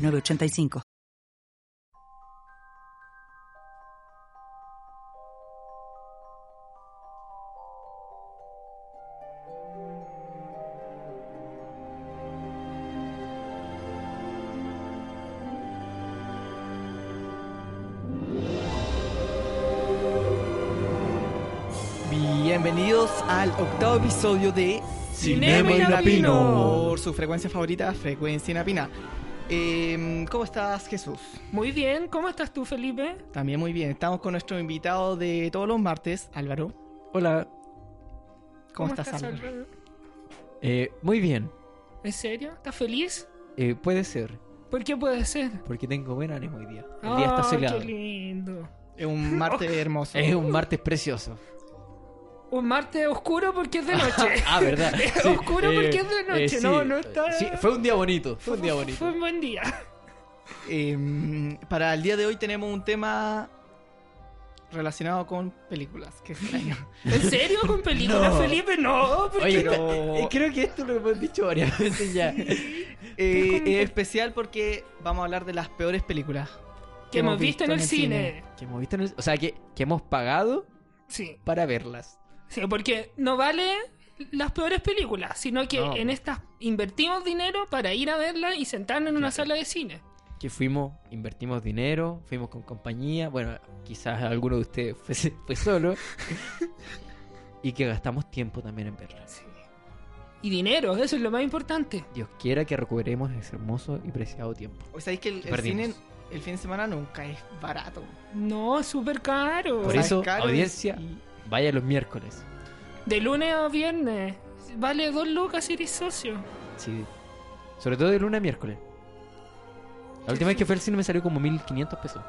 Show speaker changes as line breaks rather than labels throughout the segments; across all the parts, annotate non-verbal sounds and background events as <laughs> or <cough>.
985.
Bienvenidos al octavo episodio de
Cinema Inapino.
por su frecuencia favorita, Frecuencia Inapina. Em, ¿Cómo estás, Jesús?
Muy bien, ¿cómo estás tú, Felipe?
También muy bien. Estamos con nuestro invitado de todos los martes, Álvaro.
Hola,
¿Cómo, estás, Álvaro?
Álvaro?
eh, muy bien.
¿En serio? ¿Estás feliz?
Eh, puede ser,
¿Por qué puede ser?
porque tengo buen ánimo hoy día. El día está
Ah,
soleado.
qué lindo.
Es un
Oh.
martes hermoso.
Es un martes precioso.
Un martes oscuro porque es de noche.
<laughs>
<laughs>
ah, verdad. eh,
Es oscuro porque es de noche, no, no está-
Sí, fue un día bonito. Fue un día bonito.
Fue un buen día.
Em, para el día de hoy tenemos un tema relacionado con películas, <laughs> que es extraño.
¿En serio? ¿Con películas,
<laughs> No.
Felipe? No, porque
Oye,
pero-
eh, creo que esto lo hemos dicho varias <laughs> veces ya.
Eh,
Pero con-
es especial porque vamos a hablar de las peores películas
que hemos visto en el cine.
Que hemos visto en el- O sea, que, que hemos pagado
Sí,
para verlas.
sí, porque no vale las peores películas, sino que
No.
en estas invertimos dinero para ir a verlas y sentarnos en una
Claro.
sala de cine.
Que fuimos, invertimos dinero, fuimos con compañía. Bueno, quizás alguno de ustedes fue, <laughs>
<laughs>
fue solo. y que gastamos tiempo también en verlas.
Sí. Y dinero, eso es lo más importante.
Dios quiera que recuperemos ese hermoso y preciado tiempo.
O sea, es que el, el
Perdimos.
cine el fin de semana nunca es barato.
No, es súper caro.
Por
O sea,
eso,
es caro y-
audiencia,
y-
vaya los miércoles.
De lunes a viernes. Vale dos lucas si eres socio.
Sí. Sobre todo de lunes a miércoles. La última vez que fue al cine me salió como 1500 pesos.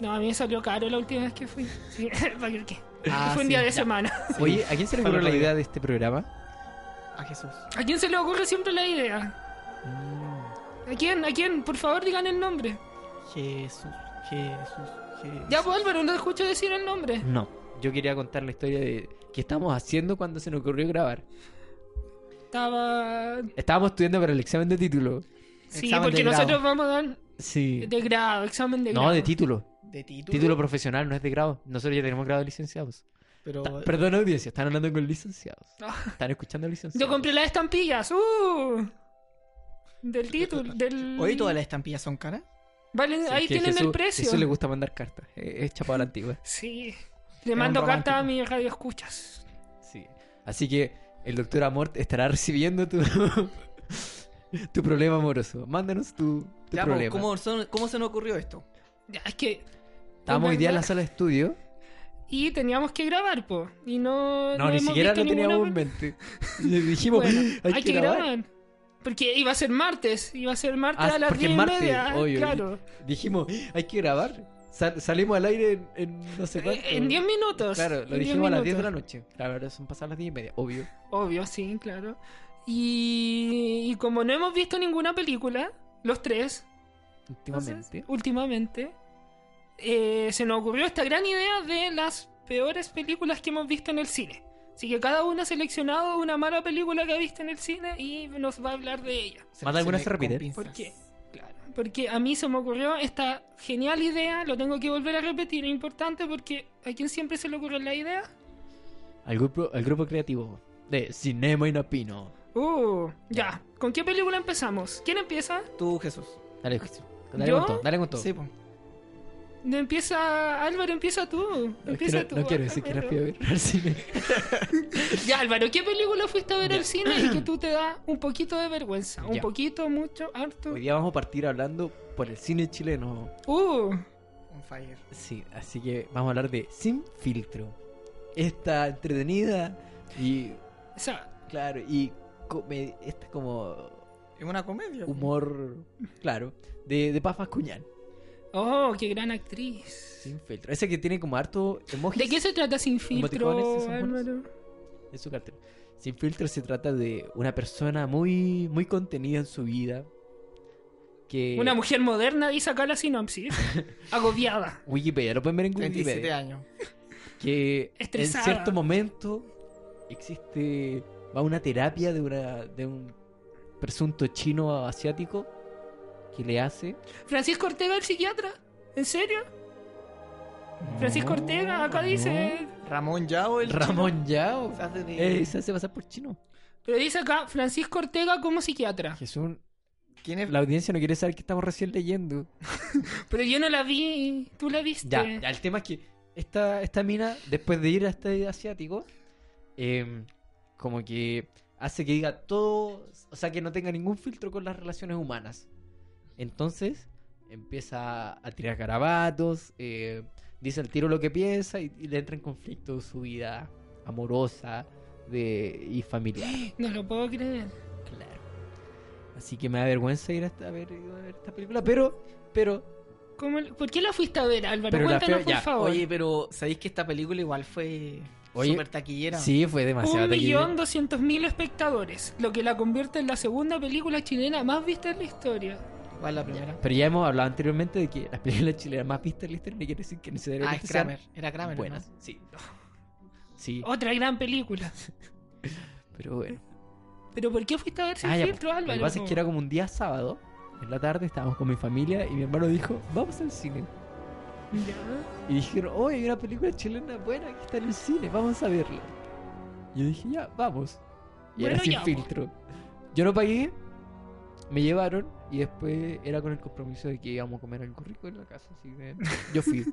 No, a mí me salió caro la última vez que fui. Sí, <laughs> ¿para qué? qué?
Ah,
Fue un
sí,
día de
ya.
semana.
Sí,
Oye, ¿a quién se le
Para
ocurrió
otro
la
día.
idea de este programa?
a Jesús.
¿A quién se le ocurre siempre la idea? ¿A quién? ¿A quién? Por favor, digan el nombre.
Jesús, Jesús, Jesús.
Ya, pues Álvaro, no escucho decir el nombre.
No. Yo quería contar la historia de qué estábamos haciendo cuando se nos ocurrió grabar.
Estaba.
Estábamos estudiando para el examen de título.
Sí,
Examen de
porque
grado.
nosotros vamos a dar
Sí.
de grado, examen de grado.
No, de título.
De título.
Título profesional, no es de grado. Nosotros ya tenemos grado de licenciados.
Pero,
Ta- Perdón, audiencia, están hablando con licenciados.
Ah.
Están escuchando licenciados.
Yo compré las estampillas. ¡Uh! Del título, del.
Oye, todas las estampillas son caras.
Valen-
Sí,
ahí
que
tienen el
Jesús-
precio.
Jesús le gusta mandar cartas. eh, Es chapado a
<laughs>
la antigua.
Sí.
Es
Le
un
mando carta a
romántico.
mi radio escuchas.
Sí. Así que el doctor Amor estará recibiendo tu, <laughs> tu problema amoroso. Mándanos tu, tu
Ya, pues,
problema.
¿cómo, son- cómo se nos ocurrió esto?
Ya, es que.
Estábamos hoy día en la
Una-
sala de estudio.
Y teníamos que grabar, po. Y no.
No, ni
hemos
siquiera
visto
lo teníamos
ninguna-
en mente.
<laughs>
<laughs> Le dijimos,
Bueno,
hay, que grabar.
Porque iba a ser martes. Iba a ser martes
Ah,
a las
porque
10
es
y
martes,
media.
obvio.
claro.
Dijimos, hay que grabar. Sal- salimos al aire en, en no sé cuánto.
Eh, En 10 minutos.
Claro, lo
en 10
dijimos a las 10 de la
minutos.
noche. Claro, ahora son pasadas las 10 y media, obvio.
Obvio, sí, claro. Y, y como no hemos visto ninguna película, los tres,
Últimamente.
entonces, últimamente, eh, se nos ocurrió esta gran idea de las peores películas que hemos visto en el cine. Así que cada uno ha seleccionado una mala película que ha visto en el cine y nos va a hablar de ella.
Más de alguna se repite.
¿Por qué? Claro, porque a mí se me ocurrió esta genial idea, lo tengo que volver a repetir, es importante porque a quien siempre se le ocurre la idea.
Al, grupo, al grupo creativo de Cinema Inapino.
Uh, ya. ¿Con qué película empezamos? ¿Quién empieza?
Tú, Jesús.
Dale, Jesús. dale
¿Yo?
con todo, dale con todo.
Sí, pues.
No, Empieza Álvaro, empieza tú.
No, es que
empieza
no-
tú.
no <laughs> quiero decir que
Álvaro.
era fui a ver al cine.
Ya, Álvaro, ¿qué película fuiste a ver
Ya.
al cine y que
<clears throat>
tú te da un poquito de vergüenza? Un
Ya.
poquito, mucho, harto.
Hoy día vamos a partir hablando por el cine chileno.
Uh,
On fire.
Sí, así que vamos a hablar de Sin Filtro. Esta entretenida y,
o sea,
claro, y come- esta este como
Es una comedia.
humor, claro, de, de Paz Vascuñán,
Oh, qué gran actriz.
sin filtro. Ese que tiene como harto emojis
¿De qué se trata sin filtro,
Emoticones, esos monos.
Álvaro?
en su cartel. Sin filtro se trata de una persona muy, muy contenida en su vida. Que
Una mujer moderna dice acá la
<laughs>
sinopsis. Agobiada.
Wikipedia, lo pueden ver en
37
Wikipedia.
años.
Que
Estresada.
en cierto momento existe. Va a una terapia de, una, de un presunto chino asiático que le hace.
Francisco Ortega, el psiquiatra. ¿En serio? Francisco
No,
Ortega, acá
no.
dice.
Ramón Yao, el
Ramón Yao.
chino, se hace de-
Eh, se hace pasar por chino.
Pero dice acá Francisco Ortega como psiquiatra.
Jesús,
¿Quién es?
la audiencia no quiere saber que estamos recién leyendo.
Pero yo no la vi. ¿Tú la viste?
Ya, ya, el tema es que esta, esta mina, después de ir a este asiático, em, como que hace que diga todo, o sea, que no tenga ningún filtro con las relaciones humanas. Entonces, empieza a tirar carabatos, eh, dice al tiro lo que piensa y, y le entra en conflicto su vida amorosa de, y familiar.
<gasps> No lo puedo creer.
Claro. Así que me da vergüenza ir hasta a ver, a ver esta película, pero, pero,
¿Cómo la- ¿Por qué la fuiste a ver, Álvaro?
Pero la
Cuéntanos,
feo-
por
ya,
favor.
Oye, pero ¿sabéis que esta película igual fue
Oye,
súper taquillera?
sí, fue demasiado
Un
taquillera.
millón doscientos mil espectadores, lo que la convierte en la segunda película chilena más vista en la historia.
Igual la primera.
Pero ya hemos hablado anteriormente de que las películas chilenas más vistas en la historia no quiere decir que
Ah,
necesariamente
es
sean
Kramer. Era Kramer. Oh. ¿no?
buenas. Sí. <laughs> Sí,
Otra gran
<laughs>
película.
pero bueno.
¿Pero por qué fuiste a ver sin
Ah, ya,
filtro,
pues, lo
Álvaro?
que pasa es que era como un día sábado, en la tarde, estábamos con mi familia y mi hermano dijo, vamos al cine.
Ya.
Y dijeron, oh, hay una película chilena buena que está en el cine, vamos a verla. Y yo dije, ya, vamos. Y
Bueno,
era sin
ya, pues.
filtro. Yo no pagué, me llevaron y después era con el compromiso de que íbamos a comer algo rico en la casa, así que yo fui.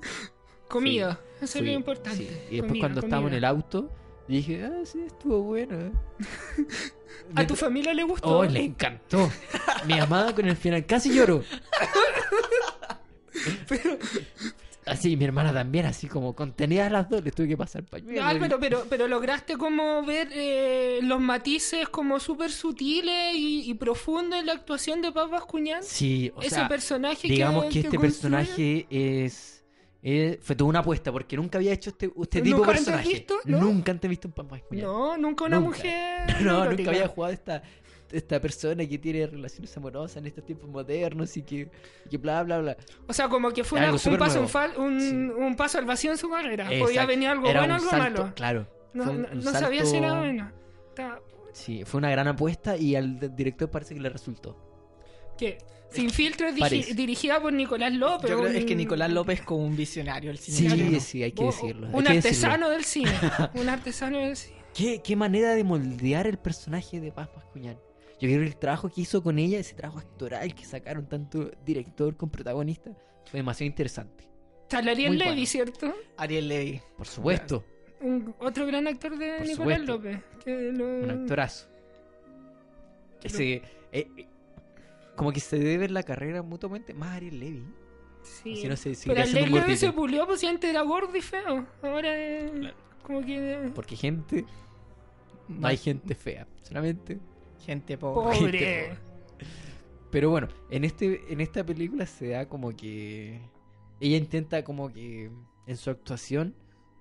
Comida, eso es
Fui,
lo importante.
sí. Y después cuando estábamos en el auto, dije, ah, sí, estuvo bueno.
¿A tu familia le gustó?
Oh, le encantó. Mi amada con el final casi <laughs> lloró. Así, mi hermana también, así como contenida a las dos, le tuve que pasar pañuelo.
No, Álvaro, pero, pero lograste como ver eh, los matices como súper sutiles y, y profundos en la actuación de Paz Bascuñán.
Sí, o
Ese
sea,
personaje
digamos que,
que
este
construye.
personaje es, es- Fue toda una apuesta, porque nunca había hecho este, este tipo de
¿Nunca antes
personaje.
visto? ¿No?
Nunca antes visto un pan más cuñado.
No, nunca una
Nunca.
mujer.
<laughs> No,
neurótica.
nunca había jugado esta, esta persona que tiene relaciones amorosas en estos tiempos modernos y que, y que bla, bla, bla.
O sea, como que fue
Algo
una- un,
súper
paso,
nuevo.
en fal- un,
Sí.
un paso al vacío en su carrera. Podía
Exacto.
venir algo
Era
bueno,
un
algo
salto,
malo.
Claro.
No,
Fue un-
no-
un
no sabía si era
salto-
bueno. Está-
Sí, fue una gran apuesta y al de- director parece que le resultó.
que Sin filtro es digi-
Parece.
dirigida por Nicolás
Yo
López.
creo
un-
es que Nicolás López es como un visionario el
Sí,
cine. chileno.
sí, hay que
o-
decirlo. hay
Oh, Un
que decirlo.
artesano del
<laughs>
cine. Un artesano del cine.
¿Qué, qué manera de moldear el personaje de Paz Pascuñán. Yo creo que el trabajo que hizo con ella, ese trabajo actoral que sacaron tanto director con protagonista, fue demasiado interesante.
Talariel
Muy
Levy,
bueno.
¿cierto?
Ariel Levy.
Por supuesto,
Un- otro gran actor de
Por
Nicolás
supuesto.
López. Que lo-
un actorazo. Ese, eh, eh, como que se debe ver la carrera mutuamente más a Ariel Levy.
Sí.
ah, Si no se
Pero
seguirá
el
siendo un
Levy
gordito.
se pulió porque antes era gordo y feo. Ahora es. Como que.
Porque gente, no hay gente fea, solamente
Gente pobre.
Pobre.
Pero bueno, en este en esta película se da como que ella intenta como que en su actuación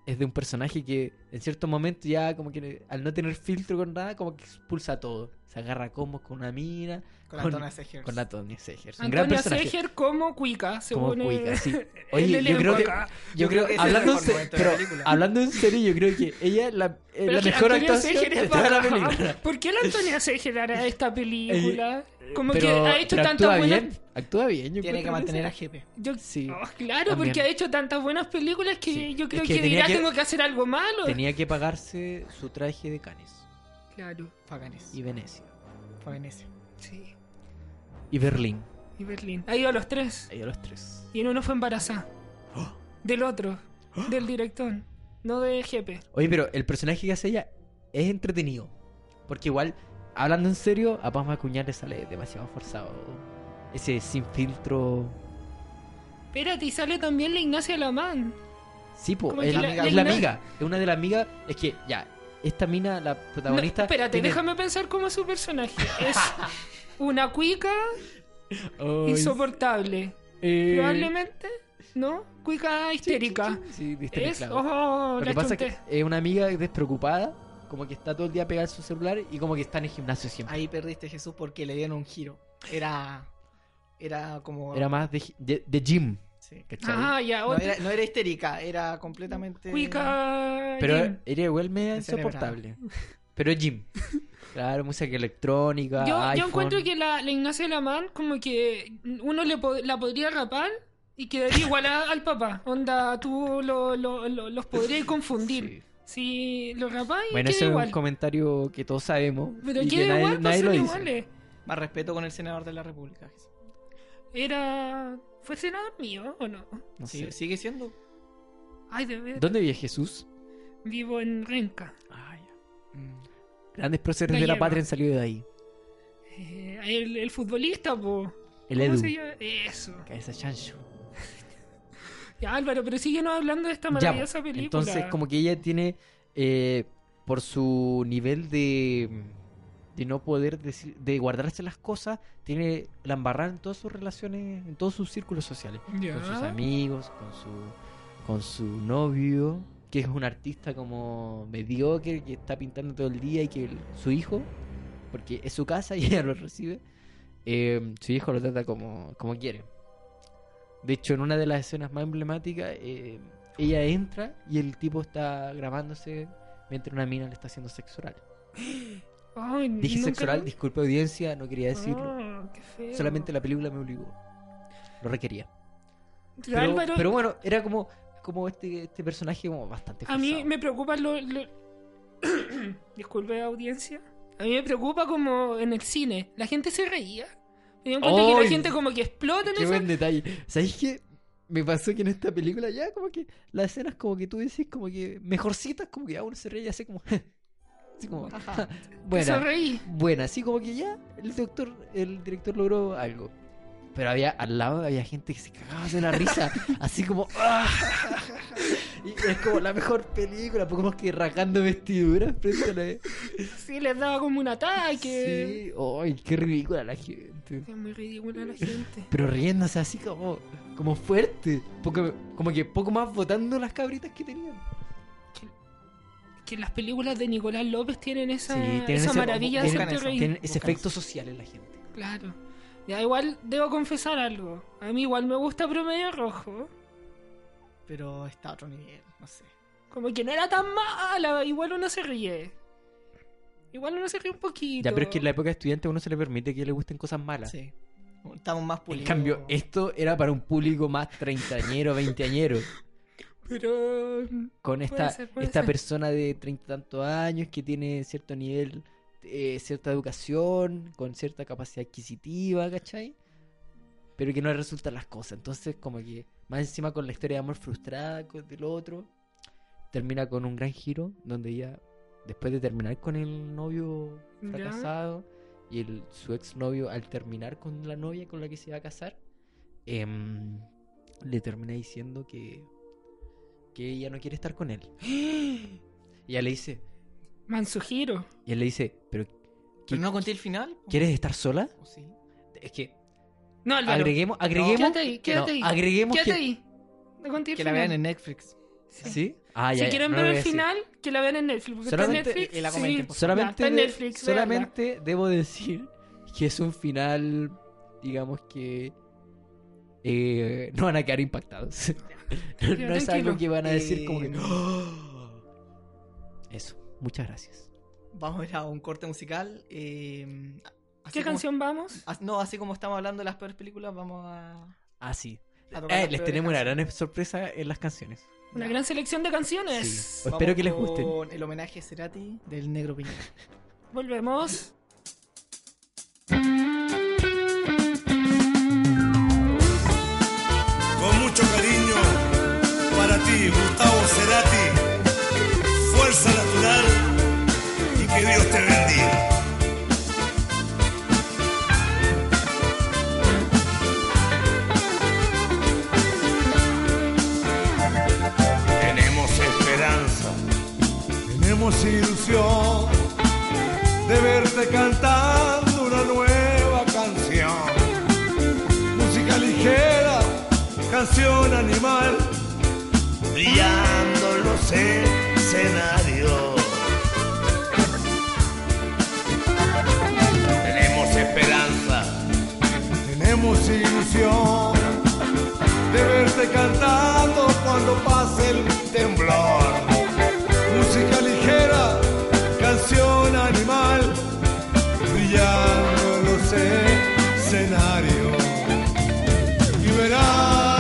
es de un personaje que en cierto momento ya como que al no tener filtro con nada como que expulsa todo, se agarra a combos con una mina,
Con
Con-
Antonia Segers.
con Antonia Segers, un gran
Antonio
personaje.
Seger como Cuica,
como
según <laughs> el-
cuica, sí.
el
Oye, yo
elenco
creo que
acá.
yo creo
que ese es el
hablando en serio,
mejor momento de la
pero
película.
hablando en serio, yo creo que ella es la, es
Pero
la
es que
mejor
Antonio
actuación
Segers
de
es
toda la
bacán.
película.
¿Por qué la
<laughs>
Antonia Seger hará esta película? Como
pero,
que ha hecho
pero
tantas
actúa
buenas.
bien, actúa bien, yo
Tiene que
encuentro
mantener
eso.
a Jepe.
Yo-
Sí.
Oh, claro,
También.
porque ha hecho tantas buenas películas que
Sí,
yo creo
es
que,
que tenía
dirá
que-
tengo que hacer algo malo.
Tenía que pagarse su traje de canes
Claro,
Faganes.
y Venecia
Fue Venecia.
sí.
y Berlín.
Y Berlín. Ha ido a los tres.
Ahí a los tres.
Y en uno fue embarazada. Del otro. Del director. No de Jepe.
Oye, pero el personaje que hace ella es entretenido. Porque igual, hablando en serio, a Paz Macuñán le sale demasiado forzado. Ese sin filtro.
Espérate, y sale también la Ignacia Lamán.
Sí, po,
Como
es
que
la,
la-
es la
la-
amiga. Es una de las amigas. Es que, ya, esta mina, la protagonista.
No, espérate,
tiene- <laughs>
déjame pensar cómo es su personaje. Es una cuica insoportable. Probablemente, ¿no? Cuica histérica.
eh, Sí, histérica,
Es,
claro.
oh,
Lo
la
que pasa es
chunté.
que es una amiga despreocupada, como que está todo el día pegada a su celular y como que está en el gimnasio siempre.
Ahí perdiste Jesús porque le dieron un giro. Era. Era como.
Era más de, gi- de, de gym,
sí.
¿cachai?
Ah, ya,
no,
otra
era, no era histérica, era completamente.
cuica.
Pero
Jim.
era igual media
Descerebrada.
insoportable.
<laughs>
Pero es gym. Claro, música electrónica.
yo, yo
iPhone.
encuentro que la, la Ignacia Lamán, como que uno le po- la podría rapar y quedaría igual a- al papá. Onda, tú lo- lo- lo- los podrías confundir. Si lo rapáis,
Bueno,
queda
eso es
igual.
un comentario que todos sabemos.
Pero
y que
queda
nadie,
igual, pues
nadie lo
son
dice.
iguales.
Más respeto con el senador de la República. Jesús.
Era. ¿Fue senador mío o no?
No
Sí,
sé.
Sigue siendo.
Ay, de ver.
¿Dónde vive Jesús?
Vivo en Renca.
Mm.
Grandes próceres
Ah, La
de la
hierba.
patria han salido de ahí.
Eh, el, el futbolista, po.
El
¿Cómo
Edu.
se llama? Eso.
Cabeza chancho.
Ya, Álvaro, pero síguenos hablando de esta
Ya, pues,
maravillosa película.
Entonces, como que ella tiene, eh, por su nivel de, de no poder decir, de guardarse las cosas, tiene la embarrada en todas sus relaciones, en todos sus círculos sociales.
Ya.
Con sus amigos, con su, con su novio, que es un artista como mediocre, que está pintando todo el día y que el- su hijo, porque es su casa <laughs> y ella lo recibe, eh, su hijo lo trata como, como quiere. De hecho, en una de las escenas más emblemáticas, eh, ella entra y el tipo está grabándose mientras una mina le está haciendo sexo oral.
Ay,
Dije
nunca-
sexo oral, disculpe audiencia, no quería decirlo.
Ah, qué feo.
Solamente la película me obligó. Lo requería.
Pero,
Pero,
Álvaro,
pero bueno, era como, como este, este personaje como bastante
a mí
forzado.
me preocupa lo. lo- <coughs> Disculpe, audiencia. A mí me preocupa como en el cine. La gente se reía. Me di cuenta que
¡Ay!
la gente como que explota en
Qué
esa-
buen detalle. ¿Sabéis qué? Me pasó que en esta película ya como que las escenas como que tú decís como que mejorcitas, como que ya uno se ríe y hace como... <laughs> así como...
Ajá.
Se
<laughs> buena,
reí.
buena. Así como que ya el doctor, el director logró algo. Pero había al lado había gente que se cagaba de
<laughs>
la risa. así como... "Ah". y es como la mejor película, poco más que rajando vestiduras frente a la...
Sí, les daba como un ataque.
Sí, ay, qué ridícula la gente.
Es muy ridícula la gente.
Pero riéndose así como, como fuerte. Poco- como que poco más votando las cabritas que tenían.
Que las películas de Nicolás López tienen esa,
Sí, tienen
esa
ese-
maravilla de
tienen-
hacerte reír.
Tienen ese
Buscan
efecto social en la gente.
Claro. Ya, igual debo confesar algo. A mí igual me gusta Promedio Rojo.
Pero está a otro nivel, no sé.
Como que no era tan mala, igual uno se ríe. Igual uno se ríe un poquito.
Ya, pero es que en la época de estudiante a uno se le permite que le gusten cosas malas.
Sí. Estamos más
En
pulidos.
cambio, esto era para un público más treintañero, veinteañero.
Pero...
Con esta,
ser, puede
esta
ser.
persona de treinta y tantos años que tiene cierto nivel, eh, cierta educación, con cierta capacidad adquisitiva, ¿cachai? Pero que no le resultan las cosas. Entonces, como que más encima con la historia de amor frustrada con- del otro, termina con un gran giro donde ella, después de terminar con el novio
Ya.
fracasado y el, su exnovio al terminar con la novia con la que se iba a casar, em, le termina diciendo que, que ella no quiere estar
<gasps>
con él. Y ella le dice,
Manzujiro.
y él le dice, pero
Pero no conté el final. po.
¿quieres estar sola?
¿O sí?
Es que
No, Álvaro.
agreguemos, agreguemos,
Quédate ahí,
no,
quédate ahí.
agreguemos
Quédate
que-
ahí. No conté el
Que la
final.
vean en Netflix.
Sí.
¿Sí? Ah, ya,
si
ya,
quieren
no lo
ver
voy a
el
decir.
final, que la vean en Netflix. Porque está en
Solamente-
Netflix.
y la comenten, por favor.
Ya,
Solamente,
está en
de-
Netflix, véanla.
solamente debo decir que es un final, digamos que eh, no van a quedar impactados. <laughs> no no es algo
tranquilo.
que van a decir como que. ¡Oh!
Eh,
Eso, muchas gracias.
Vamos a ir a un corte musical. eh, así
¿Qué
como-
canción vamos?
as- no, así como estamos hablando de las peores películas, vamos a.
Ah, sí.
a tocar
Eh,
las
les
peores
tenemos una
canciones.
gran sorpresa en las canciones.
Una
Ya.
gran selección de canciones.
Sí. Espero que les
Vamos
gusten.
Con el homenaje a Cerati del Negro Piñera.
Volvemos.
con mucho cariño para ti, Gustavo Cerati. Fuerza natural y que Dios te bendiga. Tenemos esperanza, tenemos ilusión de verte cantando una nueva canción canción animal, brillando en los escenarios. Tenemos esperanza, tenemos ilusión de verte cantando cuando pase el temblor. Música ligera, canción animal, brillando en los escenarios y verás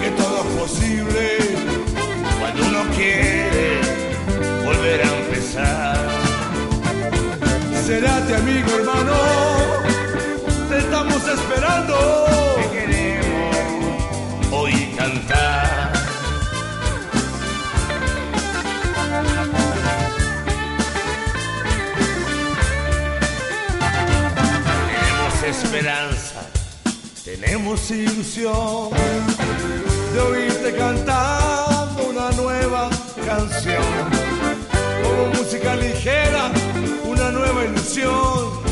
que todo es posible cuando uno quiere volver a empezar. Seráte amigo hermano, te estamos esperando. Te queremos hoy cantar. Tenemos esperanza. Tenemos ilusión de oírte cantando una nueva canción. Como música ligera, una nueva ilusión,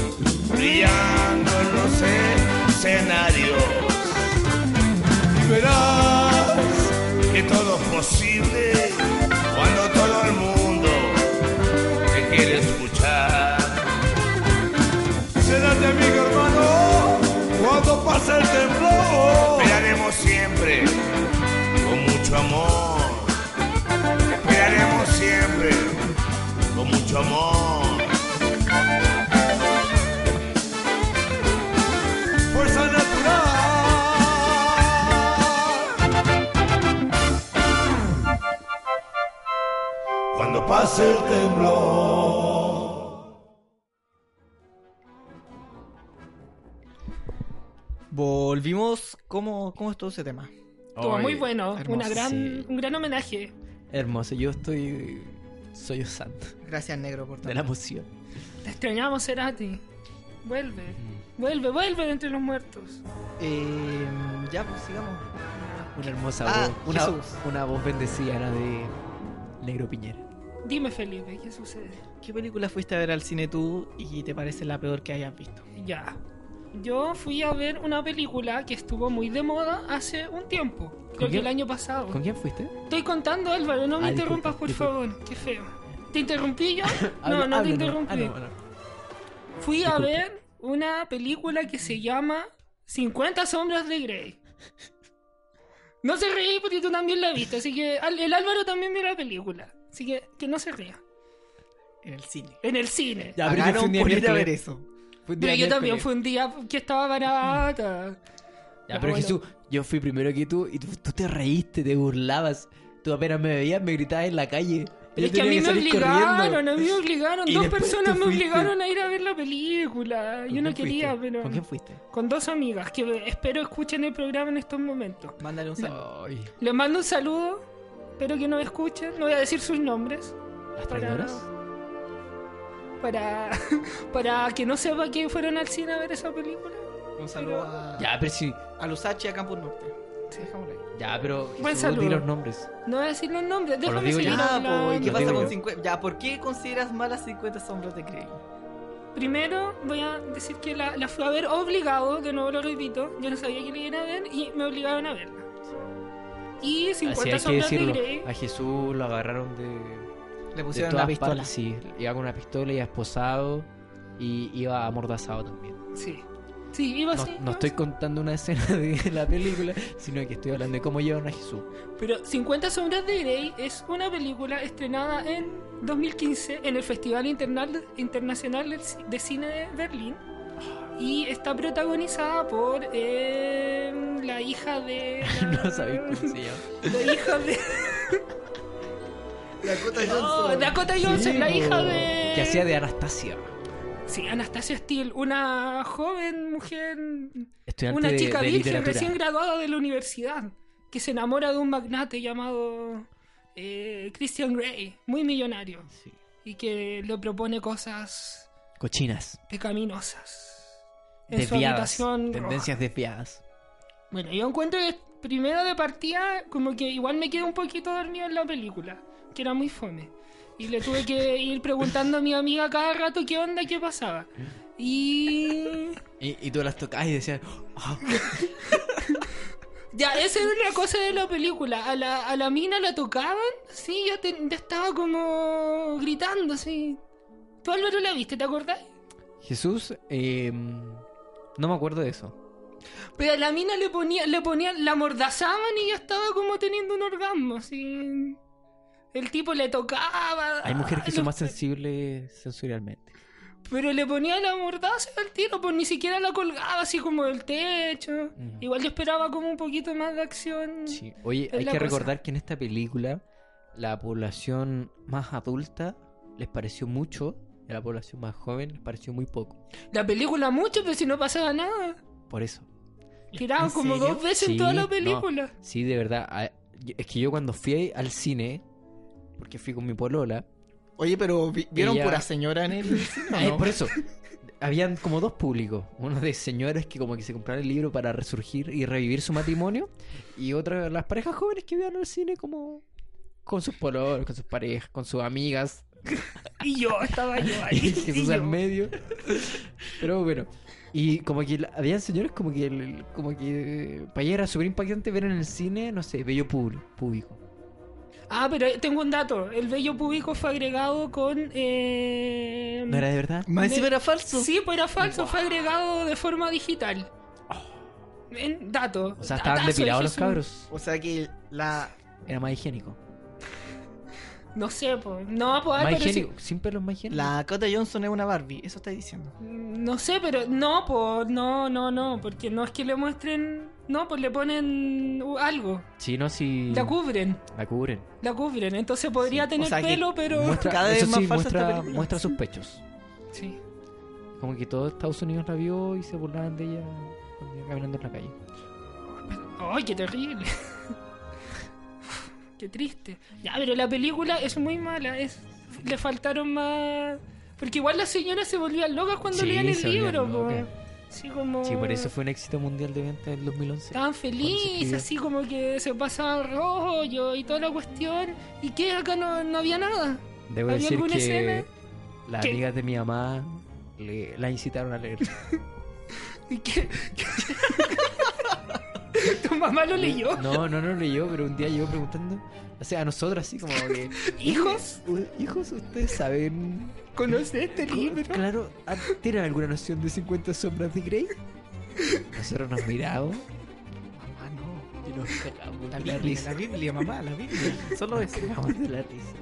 brillando en los escenarios. Y verás que todo es posible cuando todo el mundo te quiere escuchar. Será de amigo hermano cuando pase el temblor. Esperaremos siempre con mucho amor. Esperaremos siempre con mucho amor. Fuerza natural. Cuando pase el temblor.
Volvimos. ¿Cómo, cómo estuvo ese tema?
Estuvo muy bueno, una
hermoso,
gran,
sí.
un gran homenaje.
Hermoso, yo estoy. Soy santo
Gracias, negro, por
de la
tanto.
emoción.
Te extrañamos, Cerati. Vuelve,
Mm.
vuelve, vuelve de entre los muertos.
Eh, ya, pues sigamos.
Una hermosa
Ah,
voz. Una,
Jesús.
una voz bendecida, la de Negro Piñera.
Dime, Felipe, ¿qué sucede?
¿Qué película fuiste a ver al cine tú y te parece la peor que hayas visto?
Ya. Yo fui a ver una película que estuvo muy de moda hace un tiempo. Creo que
quién?
el año pasado.
¿Con quién fuiste?
Estoy contando, Álvaro, no me
Ah,
interrumpas,
disculpa,
por
disculpa.
favor. Qué feo. ¿Te interrumpí
<laughs>
yo?
Habla-
No, no te
háblanos.
interrumpí.
Ah, no, no.
Fui a
Disculpe.
ver una película que se llama 50 sombras de Grey. No se ríe porque tú también la viste, así que al- el Álvaro también vio la película. Así que que no se ría.
En el cine.
En el cine.
Ya, pero yo fui
Pagaron
un día
por ir a
miércoles.
ver eso.
Fue un día
Pero yo también
miércoles.
fue un día que estaba barata. Ah,
Ya, pero
Bueno.
Jesús, yo fui primero que tú y tú, tú te reíste, te burlabas. Tú apenas me veías, me gritabas en la calle. Yo
Pero es que a
tenía
mí me
salir
obligaron,
corriendo.
a mí me obligaron,
Y
dos
después
personas
tú
me
fuiste.
obligaron a ir a ver la película.
¿Con
Yo no
quién
quería,
fuiste?
pero
¿Con quién fuiste?
con dos amigas que espero escuchen el programa en estos momentos.
Mándale un saludo.
Ay,
Les mando un saludo, espero que nos escuchen. No voy a decir sus nombres
¿Las
Para-
traidoras?
para, <laughs> para que no sepa que fueron al cine a ver esa película.
Un saludo a,
Ya, pero sí.
a Lusachi a Campus Norte. Sí, dejámoslo ahí.
Ya, pero. Jesús,
Buen saludo.
Di los nombres.
No voy a decir los nombres,
lo
déjame
digo
seguir
yo.
Ya,
hablando.
po, ¿y qué
Lo
pasa
digo
con
yo.
50? Ya, ¿por qué consideras malas 50 sombras de Grey?
Primero voy a decir que la, la fui a ver obligado, de nuevo lo repito, yo no sabía que la iban a ver y me obligaron a verla. Y
Así
50
hay que
sombras de
decirlo.
Grey.
A Jesús lo agarraron de.
Le
De
pusieron
todas
una pistola.
partes, sí. Iba con una pistola, iba esposado y iba amordazado también.
Sí. Sí, iba
No,
así.
no
iba
estoy
así.
contando una escena <laughs> de la película, sino que estoy hablando de cómo llevan a Jesús. <laughs>
Pero 50 sombras de Grey es una película estrenada en 2015 en el Festival Internal- Internacional del Ci- de Cine de Berlín y está protagonizada por eh, la hija de...
<laughs> No sabéis cómo se llama.
La hija de...
Dakota
Oh, Dakota Johnson,
Sí,
la
po.
hija de...
Que hacía de Anastasia.
Sí, Anastasia Steele, una joven mujer,
Estudiante
una
de,
chica
de
virgen
literatura.
recién graduada de la universidad, que se enamora de un magnate llamado eh, Christian Grey, muy millonario,
Sí.
y que le propone cosas
Cochinas.
pecaminosas en
Desviadas.
su habitación. roja.
Tendencias desviadas.
Bueno, yo encuentro que primero de partida, como que igual me quedé un poquito dormido en la película, que era muy fome. Y le tuve que ir preguntando a mi amiga cada rato qué onda, qué pasaba. Y
Y, y tú las tocabas y decías, "Ah,
Ya, esa era la cosa de la película. A la, a la mina la tocaban, sí, ya, te- ya estaba como gritando, sí. Tú Álvaro la viste, ¿te acordás?
<laughs> Jesús, eh, no me acuerdo de eso.
Pero a la mina le ponía, le ponían, la mordazaban y ya estaba como teniendo un orgasmo, sí. El tipo le tocaba.
Hay mujeres que
ah,
son
lo-
más sensibles sensorialmente.
Pero le ponía la mordaza al tiro, pues ni siquiera la colgaba así como del techo.
Mm.
Igual yo esperaba como un poquito más de acción.
Sí. Oye,
Es
hay
la
que
cosa.
recordar que en esta película la población más adulta les pareció mucho y a la población más joven les pareció muy poco.
La película mucho, pero si no pasaba nada.
Por eso.
Tiraban
¿En
como
serio?
dos veces en
Sí,
toda la
no.
película.
Sí, de verdad. a- yo- Es que yo cuando fui al cine, porque fui con mi polola,
Oye, pero vi- ¿vieron
Ella-
pura señora en el cine o
<laughs> Eh,
no?
por eso. Habían como dos públicos. Uno de señoras que como que se compraron el libro para resurgir y revivir su matrimonio. Y otra, las parejas jóvenes que iban al cine como con sus polos, con sus parejas, con sus amigas.
<laughs> Y yo estaba
<laughs>
yo
Y
ahí. y
Jesús
yo.
al
<laughs>
medio. Pero bueno. Y como que la- habían señores como que el- como que eh, para ella era súper impactante ver en el cine, no sé, bello público. público.
Ah, pero tengo un dato. El bello público fue agregado con. eh,
¿No era de verdad?
<laughs> Más encima
Me-
era falso.
Sí, pues era falso. Fue agregado de forma digital. En dato.
Oh. O sea, estaban
Datazo,
depilados los
Jesús.
cabros.
O sea que la.
Era más higiénico.
No sé, pues. No, pues
Más
Álvaro, sí-
higiénico. Sin pelos más higiénico.
La Dakota Johnson es una Barbie, eso estáis diciendo.
No sé, pero no, pues. No, no, no. Porque no es que le muestren. No, pues le ponen uh, algo.
Sí, no, sí.
La cubren.
La cubren.
La cubren. Entonces podría tener
o sea que
pelo, pero.
Muestra,
Cada vez
eso
más
sí,
falsa esta
muestra,
película.
muestra sus pechos.
Sí.
Como que todo Estados Unidos la vio y se burlaban de ella cuando iba caminando en la calle.
¡Ay, qué terrible! <laughs> ¡Qué triste! Ya, pero la película es muy mala. Es, le faltaron más. Porque igual las señoras se volvían locas cuando
Sí,
leían el
se volvían
libro, po.
locas.
Así como.
Sí, por eso fue un éxito mundial de venta en el 2011.
Estaban
Cuando se
felices,
escribió.
así como que se pasaba rollo y toda la cuestión. ¿Y qué? Acá no, no había nada.
Debo
¿Había
decir
alguna
que
escena?
las
¿Qué?
amigas de mi mamá le- la incitaron a leer.
¿Y qué? <laughs> tu mamá lo leyó.
<laughs> No, no, no leyó, pero un día llegó preguntando, o sea, a nosotros así como que,
<laughs> ¿Hijos?
"U- hijos, ustedes saben,
¿Conoce este
co-
libro?
claro, ah, ¿tienen alguna noción de 50 sombras de Grey? Nosotros nos miramos
Mamá, no.
y nos cagamos
La
de la
Biblia,
risa.
la Biblia, mamá, la Biblia. Solo
Nos
eso.
cagamos de la risa.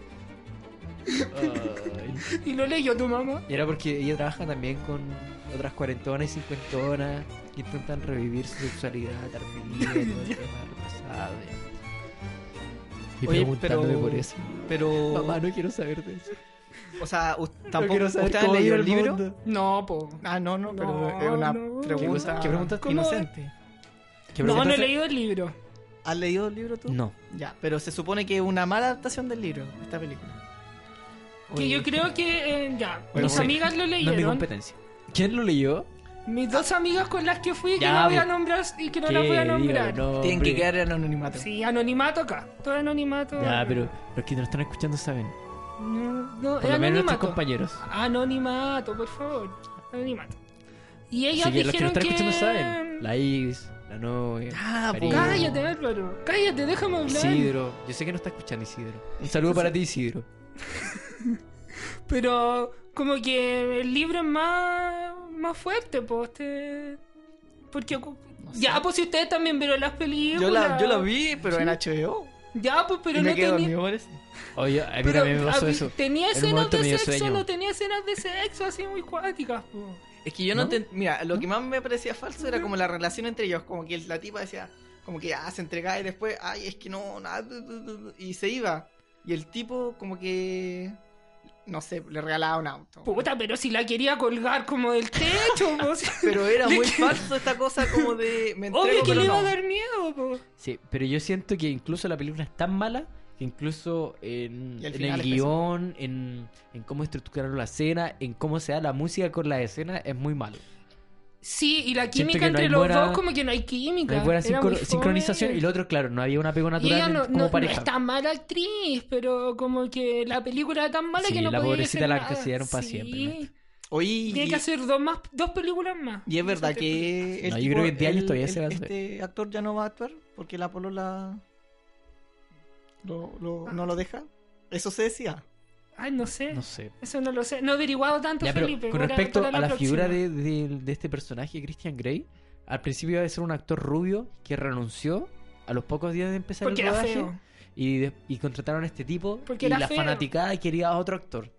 Ay.
¿Y lo leyó tu mamá?
Y era porque ella trabaja también con otras cuarentonas y cincuentonas que intentan revivir su sexualidad
<laughs>
tardía, todo el tema del pasado. Y
Oye,
preguntándome
pero-
por eso.
Pero.
Mamá, no quiero saber de eso.
O sea, us-
No
tampoco.
quiero saber
¿Ustedes han
cómo
leído
vive
el libro?
mundo.
No, po.
Ah, no, no, pero
No,
es una
no.
pregunta.
¿Qué cosa- qué pregunta?
¿Cómo- inocente.
¿Qué
no, no he
preguntas?
leído el libro.
¿Has leído el libro tú?
No.
Ya, pero se supone que es una mala adaptación del libro, esta película.
Que yo creo que eh, ya,
Bueno,
mis
sí.
amigas lo
No es mi
leyeron.
competencia. ¿Quién lo leyó?
mis dos amigas con las que fui, que
Ya,
no voy a
pues.
nombrar y que no
¿Qué?
las voy a
Dígalo,
nombrar.
no,
Tienen que
hombre.
quedar en anonimato.
Sí, anonimato acá. Todo anonimato.
Ya, pero los que nos están escuchando saben.
No, no, era
Por lo menos nuestros
anonimato.
compañeros.
Anonimato, por favor. Anonimato. Y ellas
Así que los que nos
dijeron
están
que.
escuchando saben. La Is, la novia.
Ah,
Cariño.
pues.
Cállate, Álvaro. Cállate, déjame hablar.
Isidro, yo sé que no está escuchando Isidro. Un saludo para ti, Isidro.
Pero como que el libro es más, más fuerte, pues. te- Porque... cu-
sé.
Ya, pues si ustedes también vieron las películas.
Yo la, yo la vi, pero en HBO.
Ya, pues pero
y me
no
quedé
tenía...
dormido, parece.
Oye, a mí
pero,
también me pasó
a-
eso.
Tenía
En un
escenas
momento
de
me dio
sexo,
sueño.
no tenía escenas de sexo así muy cuáticas, po.
Es que yo no,
¿No?
enten- Mira, lo que más me parecía falso era como la relación entre ellos. Como que la tipa decía, como que ah, se entregaba y después, ay, es que no, nada. du- du- du- du", Y se iba. Y el tipo, como que. No sé, le regalaba un auto.
Puta, pero si la quería colgar como del techo,
<laughs>
po. si-
Pero
<laughs>
era
Le
muy
que-
falso esta cosa como de. Me
<laughs>
entrego,
Obvio que
pero
le iba a
no.
dar miedo, po.
Sí, pero yo siento que incluso la película es tan mala que incluso en en
Y al
el,
final es
guión, en, en cómo estructuraron la escena, en cómo se da la música con la escena, es muy malo.
Sí, y la
Siento que
química
no
entre
hay
los
buena-
dos como que no hay química.
No hay buena
Era
sincro-
muy fome.
sincronización y lo otro, claro, no había un apego
Y ella
natural
no,
en- como
no- no
pareja.
es tan mala actriz, pero como que la película era tan mala
Sí,
que no
la
podía
pobrecita
hacer
la
nada.
castigaron para
Sí.
siempre, neta.
Oye,
Tiene
y,
que hacer dos, más, dos películas más.
y es verdad que. el
No, yo
tipo-
creo que en 10 años
el-
todavía
el-
se va a hacer.
Este actor ya no va a actuar porque la polola. Lo, lo- no lo deja. Eso se decía.
Ay, no sé.
No sé.
Eso no lo sé. No he averiguado tanto,
Ya, pero
Felipe.
con
Voy
respecto
para
a la
próxima.
figura de, de- de este personaje, Christian Grey, al principio iba a ser un actor rubio que renunció a los pocos días de empezar
Porque
el
era
rodaje
feo.
Y, de- y contrataron a este tipo
Porque
y
era
la
feo.
fanaticada quería a otro actor.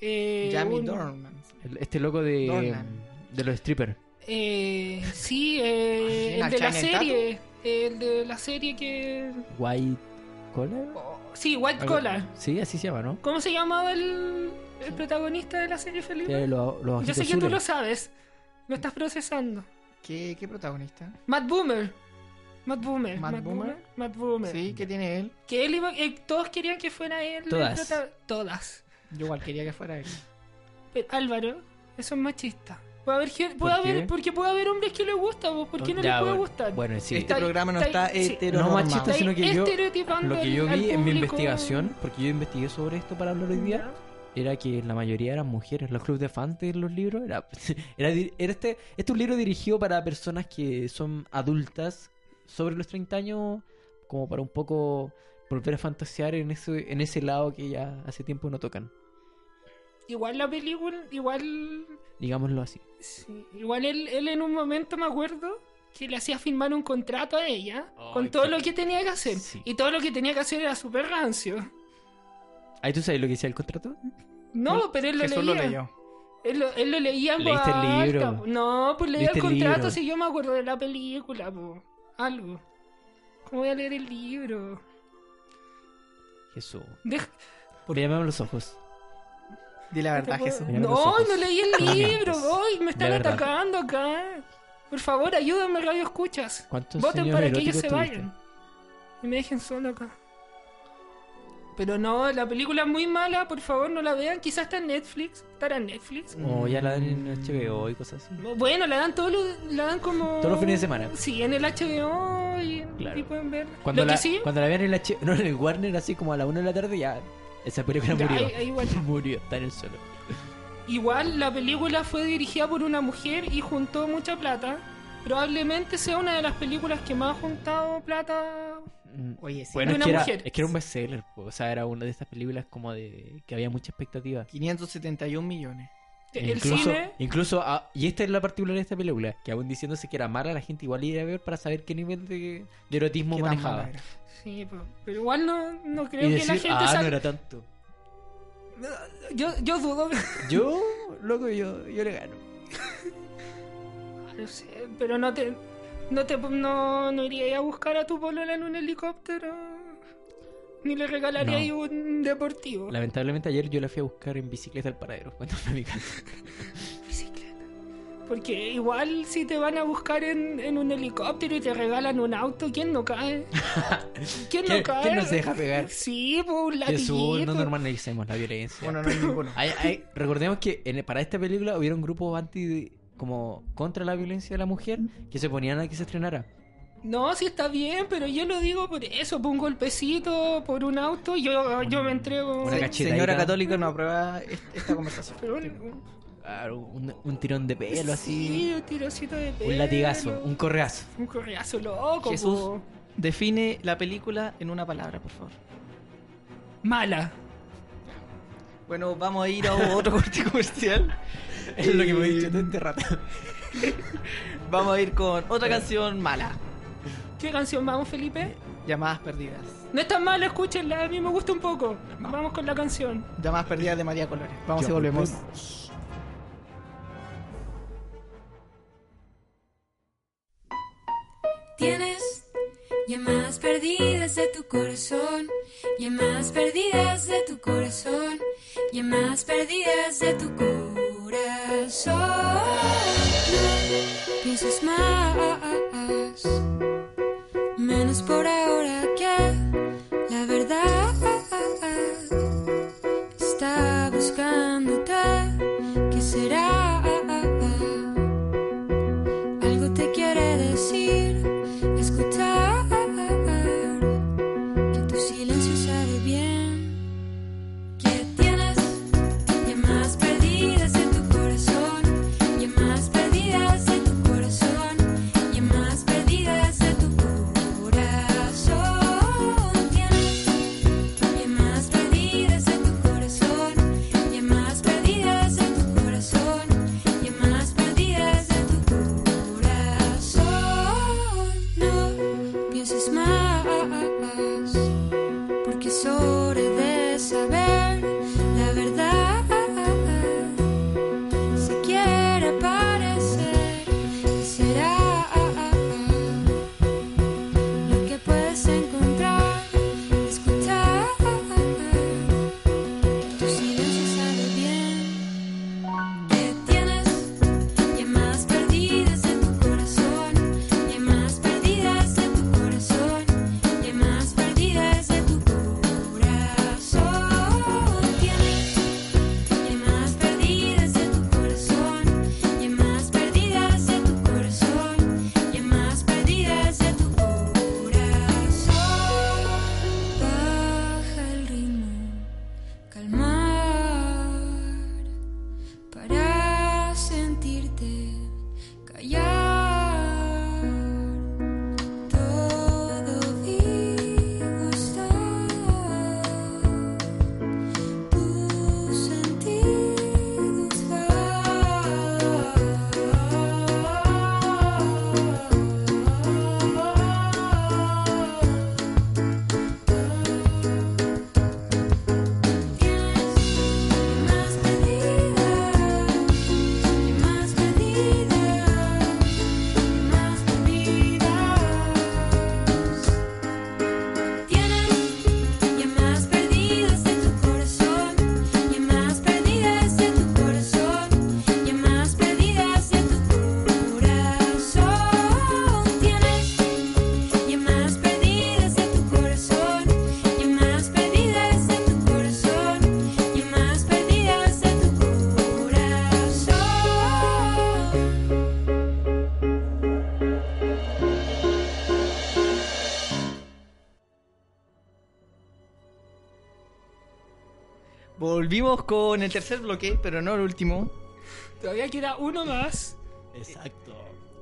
Eh,
Jamie
un-
Dornan.
El- Este loco de,
Dornan.
de los strippers.
Eh, sí, eh,
¿Al
el de la
Chanel
serie. El de la serie que.
White Collar.
oh, sí, White
Algo-
Collar.
Sí, así se llama, ¿no?
¿Cómo se llamaba el, el protagonista de la serie, Felipe?
Tiene los- Eh, los
Yo
ojitos
sé que tú
azules.
lo sabes. Lo estás procesando.
¿Qué, qué protagonista?
Matt Boomer. Matt Boomer.
Matt Boomer.
Matt Boomer.
Sí, ¿qué tiene él?
Que él iba- eh, todos querían que fuera él. el
Todas.
prota- Todas.
Yo igual quería que fuera él.
Pero, Álvaro, eso es machista. Puede haber, gen- puede
¿Por
haber-
qué?
porque puede haber hombres que les gusta, vos. ¿por qué no
Ya,
les puede
bueno,
gustar?
Bueno, sí.
Este
Está-
programa no
está-
está,
sí.
hetero.
No, machista,
Estáis
sino que yo-
estereotipando
Lo que
al-
yo
al
vi en mi
público.
investigación, porque yo investigué sobre esto para hablar hoy día, era que la mayoría eran mujeres. Los clubes de fans de los libros era, <laughs> era, di- era este, este es un libro dirigido para personas que son adultas sobre los 30 años, como para un poco volver a fantasear en ese, en ese lado que ya hace tiempo no tocan.
Igual la película, igual
Digámoslo así.
Sí, igual él, él en un momento me acuerdo que le hacía firmar un contrato a ella
Ay,
con todo
qué-
lo que tenía que hacer.
Sí.
Y todo lo que tenía que hacer era súper rancio.
Ahí tú sabes lo que decía el contrato.
No, pero él lo
Jesús
leía.
lo leyó.
Él, lo, él lo leía en
¿Leíste el
voz
libro?
alta. No, pues leía
¿Leíste
el
el
contrato
libro?
si yo me acuerdo de la película, po. algo. ¿Cómo voy a leer el libro?
Jesús.
Deja-
Mírame a los ojos.
Di la verdad, Jesús.
Mírame los
No,
ojos.
no leí el
Los
libro,
ojos.
voy, me están
La verdad.
atacando acá. Por favor, ayúdame, radio escuchas.
¿Cuántos
Voten
sueños
para que ellos
eróticos
se
tuviste?
vayan. Y me dejen solo acá. Pero no, la película es muy mala, por favor no la vean. Quizás está en Netflix. ¿Estará en Netflix?
O ya la dan en HBO y cosas así.
Bueno, la dan, todos los- la dan como...
Todos los fines de semana.
Sí, en el HBO y,
Claro.
y pueden ver.
Cuando
Lo
la,
que sí...
cuando la vean en, la H- <laughs> no, en el Warner así como a la una de la tarde ya esa película
Ya, eh,
murió.
ahí- ahí <laughs> igual.
murió, está en el suelo.
Igual la película fue dirigida por una mujer y juntó mucha plata. Probablemente sea una de las películas que más ha juntado plata.
Mm,
Oye, sí.
Bueno,
de una
es que, era,
mujer.
es que era un bestseller, po, o sea, era una de estas películas como de que había mucha expectativa.
571 millones.
El
incluso,
cine.
incluso a- y esta es la particularidad de esta película, que aún diciéndose que era mala, la gente igual iba a ver para saber qué nivel de, de erotismo
¿Qué tan mala
manejaba.
era?
Sí, pero, pero igual no, no creo
Y
que
decir,
la gente
ah,
sac-
no era tanto.
yo, yo dudo.
Yo, loco, yo, yo le gano.
<laughs> no sé, pero no te. No te no, no iría a buscar a tu polola en un helicóptero. Ni le regalaría
No.
ahí un deportivo.
Lamentablemente ayer yo la fui a buscar en bicicleta al paradero. <laughs> Cuando una amiga.
bicicleta. Porque igual si te van a buscar en, en un helicóptero y te regalan un auto, ¿quién no
<laughs>
cae? ¿Quién no
¿Quién-
cae?
quién no se deja pegar?
Sí, pues un
Jesús, no
latiguito.
normalicemos la violencia. <laughs>
Bueno, no hay ninguno.
Hay- hay- recordemos que en- para esta película hubieron grupos anti como contra la violencia de la mujer que se ponían a que se estrenara.
no, sí está bien, pero yo lo digo por eso, por un golpecito, por un auto, yo, yo me entrego.
Una
Se-
cachetadita.
señora católica no aprueba est- esta conversación.
Pero un-
Claro, Ah, un, un tirón de pelo
Sí,
así,
un tirocito de pelo.
un latigazo, un correazo.
Un correazo loco.
Jesús.
po.
Define la película en una palabra, por favor.
Mala.
Bueno, vamos a ir a
<laughs>
otro corte comercial.
Es lo que me he
Y
dicho todo este rato.
<laughs>
Eh.
Vamos a ir con otra canción mala.
¿Qué canción vamos, Felipe?
Llamadas perdidas.
No es tan mala, escúchenla, a mí me gusta un poco. Vamos con la canción.
Llamadas perdidas de María Colores. Vamos
Ya
y volvemos.
Tienes llamadas perdidas de tu corazón, llamadas perdidas de tu corazón, llamadas perdidas de tu corazón. No pienses más, menos por ahora que la verdad está buscándote. ¿Qué será? Algo te quiere decir escuchar que tu silencio sabe bien que tienes llamadas perdidas en tu corazón veces más. Porque es hora de saber la verdad. Si quiere parecer, será lo que puedes encontrar, escuchar. Tu silencio sabe bien que tienes Llamas perdidas de tu corazón, llamas perdidas de tu corazón, llamas perdidas de tu corazón. Tienes llamas perdidas de tu corazón, llamas perdidas de tu corazón, llamas perdidas de tu corazón. Baja el ritmo, calmar para sentirte callar. Todo vivo está. Tus sentidos Tienes más perdidas. Y más perdidas, y más perdidas Tienes ya más perdidas de tu corazón Y más perdidas de tu corazón Y más perdidas de tu corazón Tienes y más perdidas de tu corazón, y más perdidas de tu corazón, y más perdidas de tu corazón.
Volvimos con el tercer bloque, pero no el último.
Todavía queda uno más.
Exacto.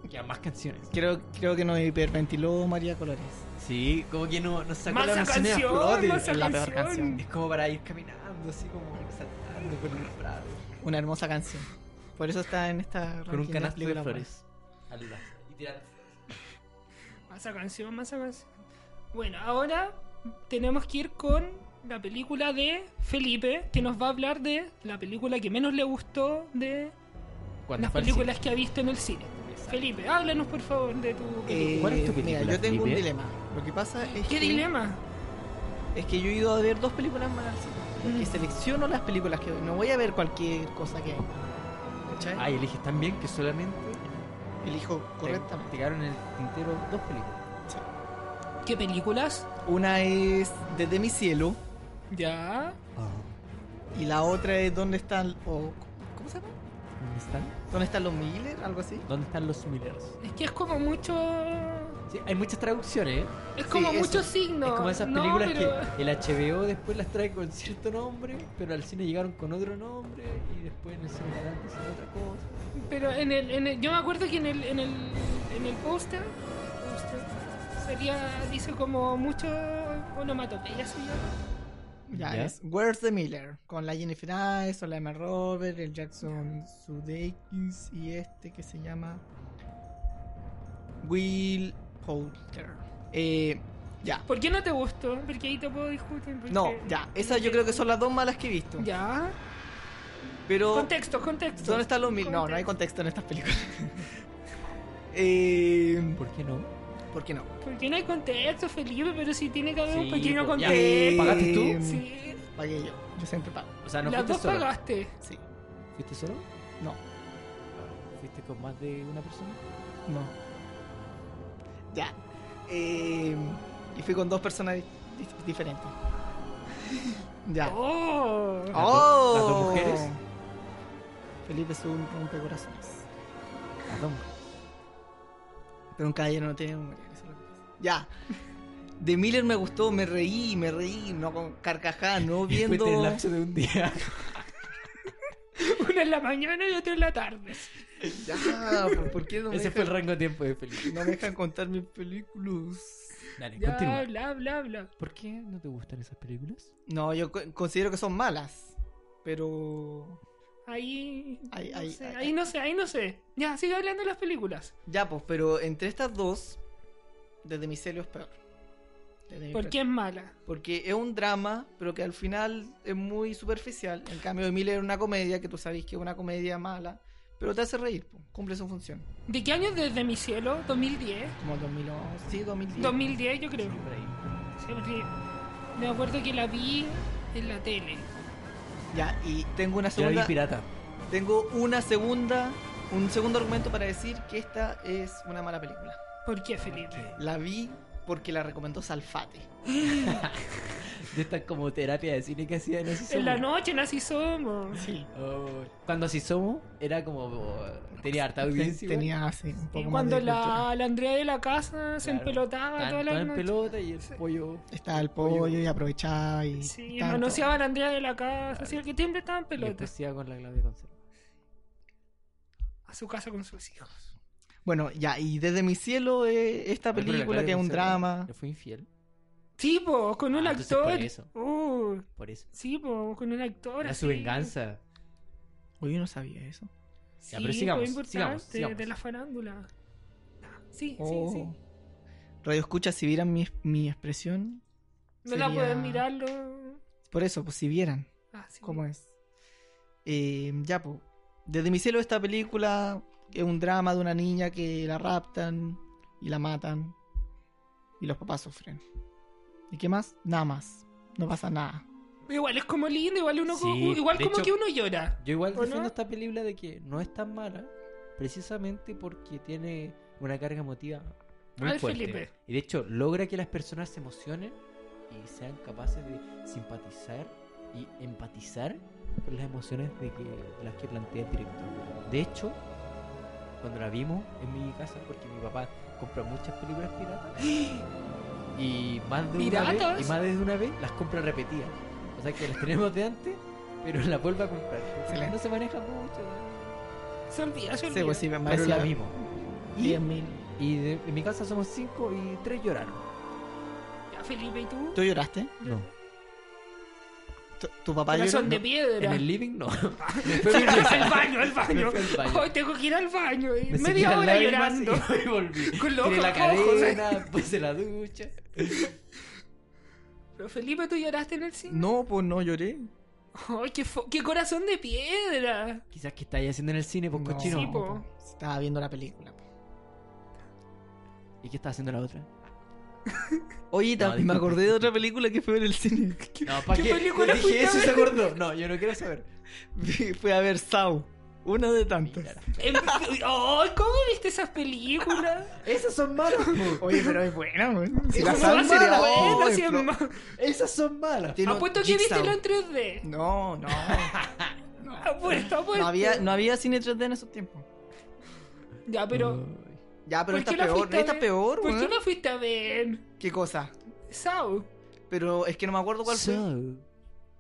Ya, más canciones.
Creo, creo que nos hiperventiló María Colores.
Sí, como que no, nos sacó
Más
la
canción,
canción,
más
es la peor
canción.
canción. Es como para ir caminando, así como saltando con los brazos.
Una hermosa canción. Por eso está en esta
Con un
ranking
canasto de
películas
flores. Al lazo. Y tirando flores.
Más a canción, más a canción. Bueno, ahora tenemos que ir con la película de Felipe, que nos va a hablar de la película que menos le gustó de
Cuando
las
fue al
películas
cine.
que ha visto en el cine.
Exacto.
Felipe, háblanos por favor de tu película.
Eh,
¿Cuál es tu película,
Mira, yo tengo un
Felipe?
dilema. Lo que pasa es
¿Qué
que,
dilema?
es que yo he ido a ver dos películas más al cine, Porque
Mm.
selecciono las películas que No voy a ver cualquier cosa que hay. ¿Cachai?
Ay, eliges Ah, tan bien que solamente
Elijo correctamente.
te quedaron en el tintero dos películas.
¿Qué películas?
Una es Desde mi cielo
Ya.
Ah.
y la otra es ¿Dónde están o cómo se llama?
¿Dónde están?
¿Dónde están los Miller? Algo así.
¿Dónde están los Millers?
Es que es como mucho.
Sí, hay muchas traducciones, ¿eh?
Es como
eso.
muchos signos.
es como esas
No,
películas
pero-
que el HBO después las trae con cierto nombre, pero al cine llegaron con otro nombre y después en el cine grande hicieron otra cosa.
Pero en el, en el- yo me acuerdo que en el, en el, en el póster póster, salía, dice como mucho onomatopeya, señor.
Ya,
Ya.
es Where's the Miller con la Jennifer Aniston, la Emma Robert, el Jackson Sudeikis y este que se llama Will Poulter. Eh, ya.
¿Por qué no te gustó? Porque ahí te puedo discutir. porque-
No, ya. Esas yo creo que son las dos malas que he visto.
Ya.
Pero
Contexto, contexto.
¿dónde están los Miller? No, no hay contexto en estas películas. <laughs> eh,
¿Por qué no?
¿Por qué no?
¿Por qué no hay contexto, Felipe? Pero sí tiene que haber un
Sí,
pequeño
pues, ya.
contexto.
Eh,
¿Pagaste tú?
Sí.
Pagué yo. Yo siempre pago.
O sea, no
Las
fuiste
dos
solo.
pagaste.
Sí.
¿Fuiste solo?
No.
¿Fuiste con más de una persona?
No. Ya. Eh, y fui con dos personas di- diferentes. ya.
Oh.
Oh.
<laughs>
las do- las dos mujeres.
Felipe es un rompecorazones. <laughs>
Perdón.
Pero un caballero no tiene memoria, eso es lo que pasa. Ya. De Miller me gustó, me reí, me reí, no con
<laughs>
carcajada, no viendo.
Fuiste en el lapso de un día.
Una en la mañana y otra en la tarde.
Ya, ¿por- ¿por qué <laughs> no me,
Ese fue el
dejan,
rango de tiempo de Felipe.
no me dejan contar mis películas?
Dale,
Ya,
continúa.
bla, bla, bla.
¿Por qué no te gustan esas películas?
No, yo co- considero que son malas. Pero.
Ahí.
Ahí-
no
ahí-
sé,
ahí-
ahí no sé, ahí no sé. Ya, sigue hablando de las películas.
Ya, pues, pero entre estas dos, desde mi cielo es peor. Tenéis
¿Por
razón.
qué es mala?
Porque es un drama, pero que al final es muy superficial. En cambio, Emilia era una comedia, que tú sabéis que es una comedia mala, pero te hace reír, po. cumple su función.
¿De qué año es desde mi cielo? ¿2010?
Como 2011, sí, 2010.
2010 yo creo.
Sí, por ahí.
Sí, porque me acuerdo que la vi en la tele.
Ya, y tengo una
Yo la vi
segunda.
pirata.
Tengo una segunda. Un segundo argumento para decir que esta es una mala película.
¿Por qué, Felipe?
La vi porque la recomendó Salfate.
De estas como terapia de cine que hacía en ese
En la noche, en así somos.
Sí.
Oh. Cuando así somos, era como. oh, tenía harta audiencia. igual.
Tenía así un
Y
poco más
cuando
de cultura.
la, la Andrea de la casa se
Claro.
empelotaba
Tan-
toda la
tan en
noche.
pelota y el pollo.
Estaba el pollo y aprovechaba y.
Sí,
tanto.
manoseaba a la Andrea de la casa, así que siempre estaba en
Y
pelota.
después iba con la Claudia Concepción.
A su casa con sus hijos.
Bueno, ya, y desde mi cielo, eh, esta
Pero la
película
Claudia
que es un
Concepción,
drama.
¿Le fue infiel?
Sí, po, con un
Ah, entonces
actor.
por eso.
Uh,
Por eso.
sí, po, con un actor.
Era
así.
su venganza.
Oye, yo no sabía eso.
Sí,
Ya, pero sigamos,
po,
sigamos,
importante,
sigamos.
de la farándula. Sí,
Oh.
sí, sí.
Radio escucha, si vieran mi, mi expresión.
No la
sería-
pueden mirarlo.
Por eso, pues si vieran
Ah, sí.
cómo es. Eh, ya, pues. Desde mi cielo, esta película es un drama de una niña que la raptan y la matan. Y los papás sufren. ¿Y qué más? Nada más. No pasa nada.
Igual es como lindo, igual uno
Sí,
como- igual
de
como
hecho-
que uno llora.
Yo igual
¿O
defiendo
no?
esta película de que no es tan mala, precisamente porque tiene una carga emotiva muy
Ay,
fuerte.
Felipe.
Y de hecho, logra que las personas se emocionen y sean capaces de simpatizar y empatizar con las emociones de que, de las que plantea el director. De hecho, cuando la vimos en mi casa, porque mi papá compra muchas películas
<gasps>
piratas, y más de, una vez,
¿Piratas?
y más de una vez las compra repetidas. O sea que las tenemos de antes, pero las vuelve a comprar.
Excelente.
No se maneja mucho. ¿no?
Se olvida, se
Sí,
olvida.
pues sí, me
Pero
parecía
la vimos.
10.000.
Y de- en mi casa somos cinco y tres lloraron.
Ya, Felipe, ¿y tú?
¿Tú lloraste?
No.
¿Tu, tu papá lloró?
Corazón de piedra.
En
<laughs>
el living no.
al baño, al baño.
<laughs> Me fui al baño.
Hoy tengo que ir al baño. eh.
<laughs> Me sequé
Media
las
hora
lágrimas
llorando.
<laughs> Y volví.
<laughs> Con los
Tiré la
ojos rojos, eh.
cadena, <laughs> puse la ducha.
Pero Felipe, ¿tú lloraste en el cine?
No, pues no lloré.
Ay, qué, fo- qué corazón de piedra.
Quizás que estáis haciendo en el cine, pues
No,
cochino.
Sí, po.
pues, Estaba viendo la película. po.
¿Y qué está haciendo la otra?
Oye,
No,
también me
disculpa.
acordé de otra película que fue en el cine. <laughs> Que-
No, ¿para
¿Qué
qué?
película
Yo dije
fuiste a
eso y
ver?
se acordó. No, yo no quiero
<laughs>
saber.
Vi- Fui a ver Sau. Una de tantas.
Em- <laughs> Ay, ¿Cómo viste esas películas?
Esas son malas, po.
<laughs> Oye, pero es buena, weón. Si
¿Cómo va
la
a
Sau
ser
sería-
buena
¡Ay,
si es
pero-
ma-
Esas son malas.
Tiene un
Apuesto que viste
Jigsaw.
la en Ah, 3D.
No, no.
<laughs> Apuesto, apuesto.
No había, no había cine 3D en esos tiempos.
Ya,
Mm.
pero.
Oh,
Ya, pero
¿por
esta
qué
es
la
peor.
fuiste a
Esta es
ver?
peor,
¿Por qué
weón.
no fuiste a ver?
¿Qué cosa?
Sao.
Pero es que no me acuerdo cuál fue.
So,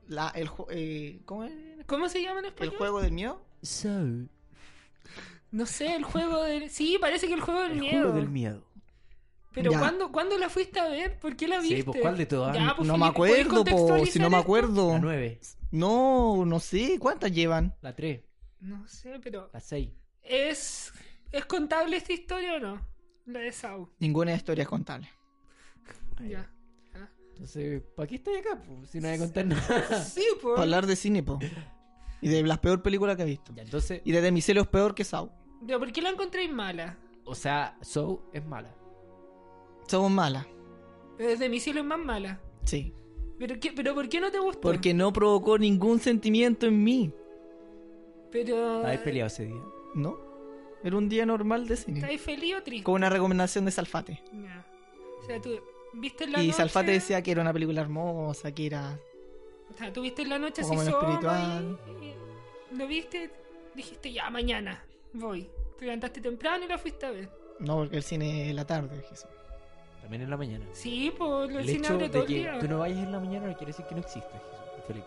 La, el, ju- eh, ¿Cómo es? ¿El
¿Cómo se llama en español?
juego del miedo?
so,
No sé, el juego del. Sí, parece que el juego del
el
miedo.
juego del miedo.
Pero
Ya.
¿cuándo, ¿cuándo la fuiste a ver? ¿Por qué la viste?
Sí, pues, ¿cuál de todas?
Ya, pues,
No me
Felipe, ¿puedes
acuerdo, po. Si no
contextualizar
me
esto?
acuerdo.
La 9,
No, no sé. ¿Cuántas llevan?
la 3,
No sé, pero.
la 6.
¿Es, ¿Es contable esta historia o no? La de Sao.
Ninguna historia es contable.
Ya.
Entonces, ¿para qué estoy acá? po? Si no voy a contar nada. <laughs>
Sí, pues.
Para hablar de cine, po. Y de las peor películas que he visto.
Ya, entonces,
Y desde mi celo es peor que Sau.
Pero ¿por qué la encontréis mala?
o sea, So es mala.
Somos malas.
Desde mi cielo es más mala.
Sí.
¿Pero, qué, pero por qué no te gustó?
Porque no provocó ningún sentimiento en mí.
Pero.
Habéis peleado ese día.
¿No? Era un día normal de cine.
¿Estáis feliz o triste?
Con una recomendación de Salfate.
Ya. O sea, tú. ¿Viste en la
Y
noche?
Salfate decía que era una película hermosa, que era...
O sea, tú viste en la noche
Un
así
poco menos
sola y- y- Lo viste, dijiste ya, mañana voy. Te levantaste temprano y la fuiste a ver.
No, porque el cine es la tarde, Jesús.
También en la mañana.
Sí, pues el
El
cine
hecho
abre todo
de
el
que
día.
tú no vayas en la mañana no quiere decir que no exista, Jesús, Felipe.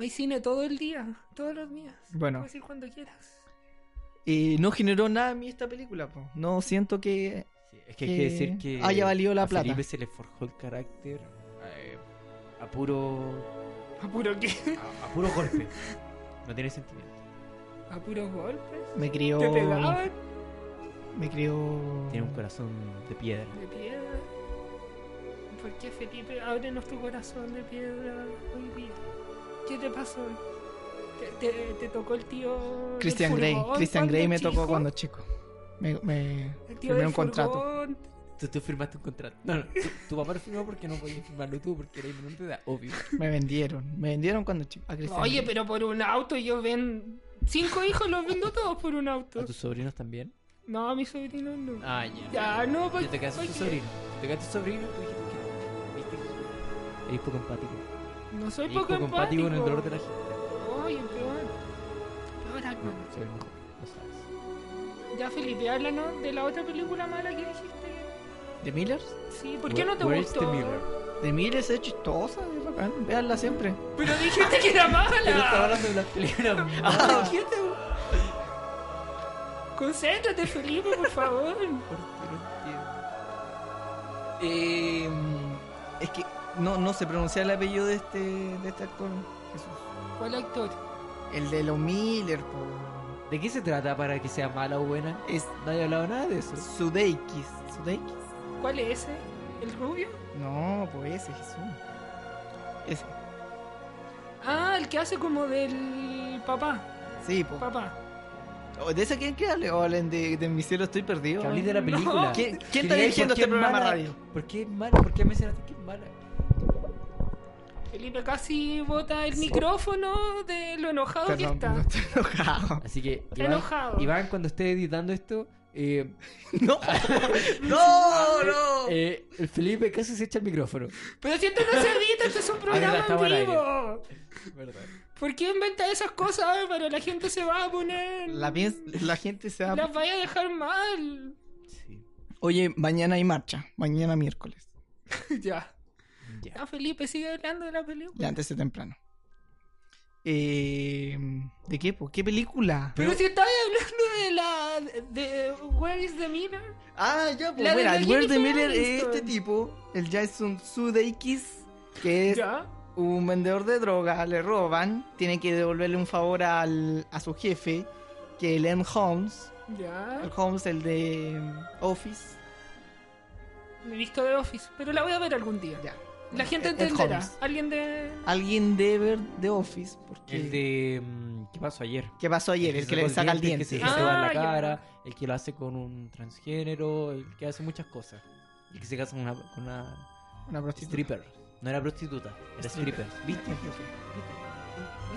Hay cine todo el día, todos los días.
Bueno.
Puedes ir cuando quieras.
Eh, no generó nada en mí esta película, po. No siento que...
Sí, es que hay que
Que
decir que
Ah,
haya valido la
a
plata.
Felipe se le forjó el carácter eh, a puro
¿A puro qué? <laughs>
a, a puro golpe. No tiene sentimiento.
¿A puros golpes?
Me crió...
¿Te pegaban?
Me crió...
Tiene un corazón de piedra.
¿De piedra? ¿Por qué Felipe abre nuestro corazón de piedra hoy día? ¿Qué te pasó? ¿Te, te- te tocó el tío. del
Christian Grey.
furgón
Christian
cuando
Grey me tocó
"Oh, chico?
cuando chico. Me, me
El tío
firmé
del
un contrato.
furgón.
Tú, tú firmaste un contrato. No, no, tu, tu papá lo firmó porque no podías firmarlo tú, porque era menor de edad, obvio.
Me vendieron. Me vendieron cuando chico. A Christian
Oye,
Grey.
pero por un auto yo ven. Cinco hijos los vendo todos por un auto.
¿A tus sobrinos también?
No, a mis sobrinos no.
Ah, ya.
Ya, no, pues,
Te
porque.
tocaste a tu sobrino. Te tocaste a tu sobrino, tú dijiste que no. Viste que eres poco empático.
No soy
Eres
poco empático.
con el dolor de la gente.
Oye, peor. Peor, Ackman.
Soy el mejor, lo sabes.
Ya, Felipe, háblanos de la otra película mala que dijiste.
¿De Millers?
Sí, ¿por qué no te
Where- where's the
gustó?
mirror?
De Millers es chistosa, es bacán. Veanla siempre.
Pero dijiste que
<laughs>
era
Pero estaba
mala.
hablando de las
<laughs>
películas.
Ah,
Concéntrate, Felipe, por favor.
Eh, es que no, no sé pronunciar el apellido de este, de este actor. Jesús.
¿Cuál actor?
El de los Miller, po.
¿De qué se trata para que sea mala o buena?
Es
No he hablado nada de eso.
Sudeikis. ¿Sudeikis?
¿Cuál es ese? ¿El rubio?
No, pues ese, Jesús. Ese.
Ah, el que hace como del papá.
Sí, po.
Papá.
Oh, ¿De ese quién que hable? O hablen de, de mi cielo estoy perdido. ¿eh?
Que hablé de la
No.
película.
¿Quién,
Que
quién está
digáis
dirigiendo
por qué
este programa
mala-
radio?
¿Por qué es mala? ¿Por qué mencionaste que es mala?
Felipe casi bota el micrófono de lo enojado que
Perdón,
está.
no estoy enojado.
Así que,
Está
Iván,
enojado.
Iván, cuando esté editando esto, eh,
<laughs> No, no,
Oh.
no.
eh, el Felipe casi se echa
<laughs>
el micrófono.
Pero si esto no se edita, esto
<laughs>
es un
Ahí
programa
está, estamos al
en
aire.
vivo.
Verdad.
¿Por qué inventa esas cosas, Álvaro? La gente se va a poner...
La, piens- la gente se va.
Las vaya a dejar mal. <laughs>
Sí.
Oye, mañana hay marcha. Mañana miércoles.
ya.
Ya.
Ya, Ah, Felipe, sigue hablando de la película.
Ya antes de temprano. Eh, ¿De qué? po? ¿Qué película?
Pero si estabas hablando de la. de Where is the Mirror.
Ah, ya, pues.
La de
Mira,
la
el Word de
Jennifer
Miller es
Aniston.
este tipo, el Jason Sudeikis, que es
Ya.
un vendedor de droga, le roban, tiene que devolverle un favor al, a su jefe, que el M. Holmes, el
Ya.
Holmes, el de mm, Office.
Me he visto de Office, pero la voy a ver algún día.
Ya.
La gente
Ed- Ed
entenderá.
Holmes.
Alguien de.
Alguien debe ver de Office, porque...
El de. mm, ¿Qué pasó ayer?
¿Qué pasó ayer? El, que le saca el
El que
diente.
se,
Ah,
se va en la
ya.
cara, el que lo hace con un transgénero, el que hace muchas cosas. El que se casa con una, con una
Una prostituta.
stripper. No era prostituta, era stripper. ¿Viste? ¿Viste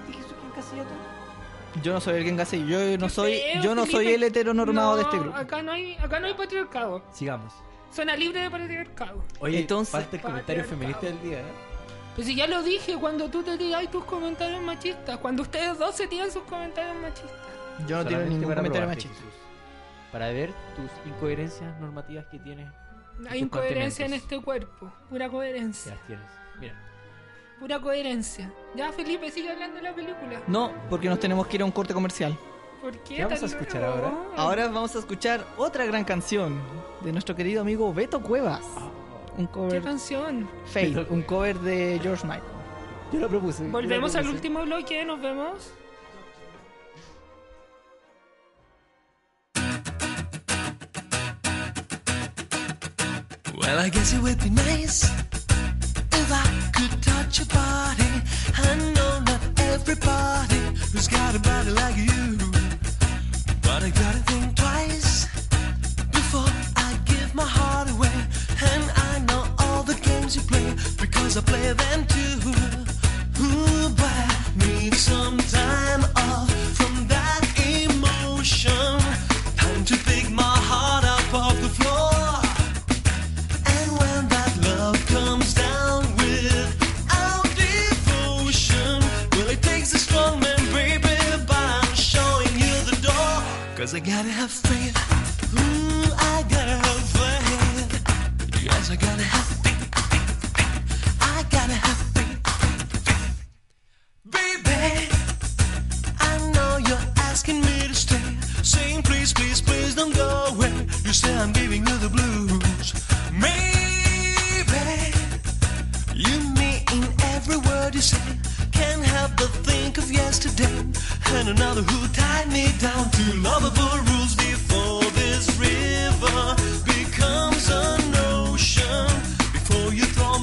que eso es casilla todo?
Yo no soy el Gengas, yo no
Qué
soy,
feo,
yo no soy
Felipe.
el heteronormado
No, ah.
de este grupo.
Acá no, hay, acá no hay patriarcado.
Sigamos.
Suena libre de patriarcado.
Oye,
Entonces-
falta el comentario
Patriarcado.
feminista del día, ¿eh?
Pues si ya lo dije cuando tú te tiras tus comentarios machistas. Cuando ustedes dos se tiran sus comentarios machistas.
Yo no tengo
Solamente
ningún
para
comentario
probarte,
machista.
Jesús. Para ver tus incoherencias normativas que tienes,
Hay
tus
incoherencia en
contenentes.
este cuerpo. Pura
que
coherencia.
las tienes. Mira,
Pura coherencia. Ya, Felipe, sigue hablando de la película.
No, porque nos tenemos que ir a un corte comercial.
¿Por qué?
¿Qué vamos
tan
a escuchar
nuevo?
ahora?
Ahora vamos a escuchar otra gran canción de nuestro querido amigo Beto Cuevas. Un
¿Qué
cover
canción?
Fade,
Beto-
un cover de George Michael.
yo lo propuse. yo lo
Volvemos al
propuse.
último bloque, nos vemos.
Well, I guess it would be nice if I could touch your body. I know not everybody who's got a body like you, but I gotta think twice before I give my heart away. And I know all the games you play because I play them too. Ooh, but I need some time off from that emotion. Time to pick my heart up off the floor. And when that love comes down without devotion, well, it takes a strong man, baby, but I'm showing you the door. Cause I gotta have faith. Ooh, I gotta have faith. Yes, I gotta have faith. I gotta have faith. Baby. I know you're asking me to stay. Saying, please, please, please don't go away. You say I'm giving you the blues. Maybe you mean every word you say. Can't help but think of yesterday and another who tied me down to lovable rules before this river becomes an ocean. Before you throw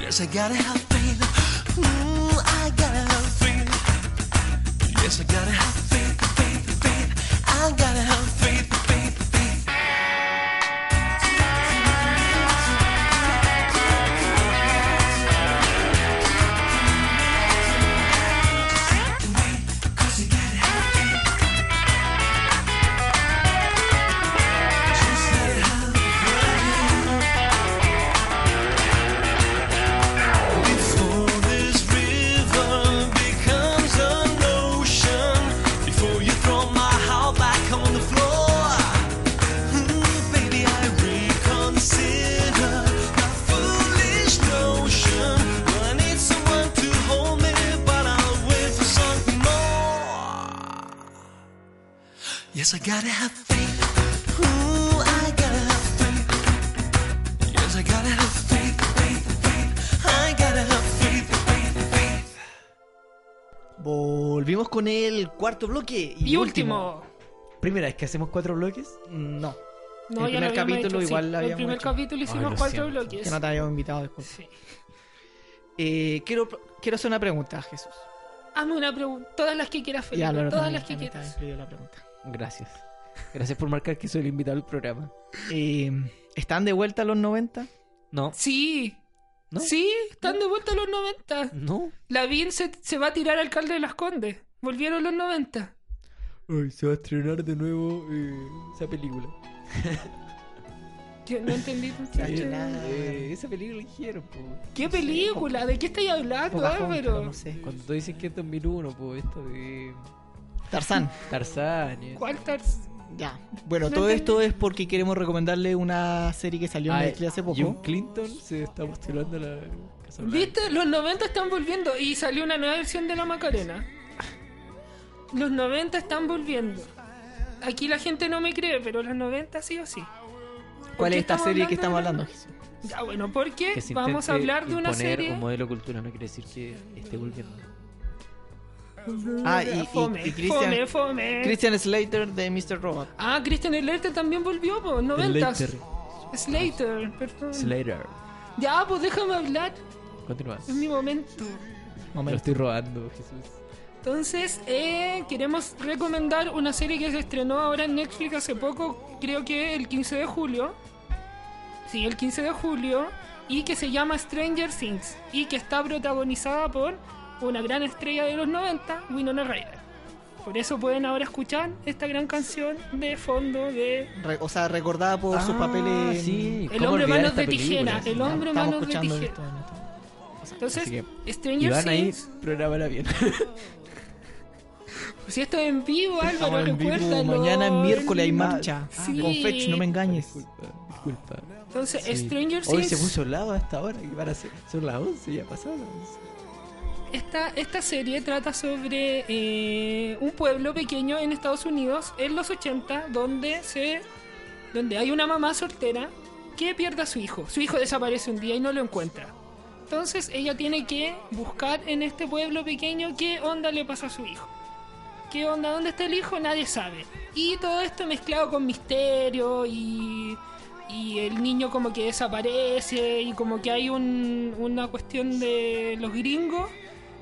Yes, I gotta have faith. Mm, I gotta have faith. Yes, I gotta have faith, faith, faith. I gotta have faith, faith, faith. Before this river becomes an ocean, before you throw my heart back on the floor, baby I reconsider my foolish notion. I need someone to hold me, but I'll wait for something more. Yes, I gotta have faith. Ooh, I gotta have faith. Yes, I gotta have faith, faith, faith. I gotta have faith, faith, faith.
Volvimos con el cuarto bloque. Y,
Y último.
Primera vez que hacemos cuatro bloques.
Mm, No,
No,
El
ya
primer
lo habíamos
capítulo
hecho, sí.
igual lo
El
habíamos
primer
hecho.
capítulo hicimos
lo
cuatro
siento.
bloques.
que no te habíamos invitado, disculpa.
Sí.
Eh, quiero, quiero hacer una pregunta, Jesús.
Hazme una pregunta. Todas las que quieras, Felipe.
la verdad,
todas las que
también estaba
quieras.
incluida la pregunta.
Gracias. Gracias por marcar que soy el invitado al programa.
Eh, ¿Están de vuelta los 90?
No.
Sí.
¿No?
Sí, están de vuelta los 90.
No.
Lavín se, se va a tirar alcalde de las Condes. Volvieron los 90.
se va a estrenar de nuevo eh, esa película.
Yo no entendí.
Se va a estrenar.
esa película dijeron, pues.
¿Qué película? ¿De qué estáis hablando,
Pocahontas,
Álvaro?
no sé.
Cuando tú dices que es 2001, pues, esta de
Tarzán.
Tarzán. y-
¿Cuál tar-
Ya. Bueno,
No
todo
entendí.
esto es porque queremos recomendarle una serie que salió en
Ah,
Netflix hace poco.
John Clinton se está postulando a la Casa Blanca.
¿Viste? Los 90 están volviendo y salió una nueva versión de la Macarena. Los 90 están volviendo. Aquí la gente no me cree, pero los 90 sí o sí.
¿Cuál
qué
es esta
estamos
serie que estamos
hablando
hablando,
de-
Jesús?
Ya, bueno, porque
Que se
vamos a
intente
hablar de una
imponer
serie. Mm.
un modelo cultural no quiere decir que esté volviendo.
Ah, y- y-
fome,
y Christian-
fome, fome.
Christian Slater de Mr. Robot.
Ah, Christian Slater también volvió, po, 90.
Slater.
Slater, perdón.
Slater.
ya, pues déjame hablar,
Continúa.
es mi momento.
Me lo
Momento.
estoy robando, Jesús.
Entonces, eh, queremos recomendar una serie que se estrenó ahora en Netflix hace poco, creo que el 15 de julio. Sí, el 15 de julio. Y que se llama Stranger Things. Y que está protagonizada por una gran estrella de los 90, Winona Ryder. Por eso pueden ahora escuchar esta gran canción de fondo de
Re- o sea, recordada por sus papeles. en-
sí.
Ah, El
Eh, ¿Cómo
hombre
olvidar
manos
esta
de
película?
tijera.
Sí.
El hombre
Estamos
manos de
escuchando
tijera.
esto en este momento.
Entonces,
Así
Stranger
Iván ahí,
Things.
programará bien.
Si esto es en vivo, Álvaro,
Estamos en vivo.
recuérdalo.
Mañana es miércoles hay
En-
marcha. Ah,
Sí.
Con Fetch, no me engañes.
<laughs> Disculpa, disculpa.
Entonces,
Sí.
Stranger
Hoy
Things.
se puso lado hasta ahora. Que van a ser, son las 11, ya pasaron las 11.
Esta, esta serie trata sobre eh, un pueblo pequeño en Estados Unidos en los 80 donde se donde hay una mamá soltera que pierde a su hijo. Su hijo desaparece un día y no lo encuentra. Entonces ella tiene que buscar en este pueblo pequeño qué onda le pasa a su hijo. ¿Qué onda? ¿Dónde está el hijo? Nadie sabe. Y todo esto mezclado con misterio y, y el niño como que desaparece y como que hay un- una cuestión de los gringos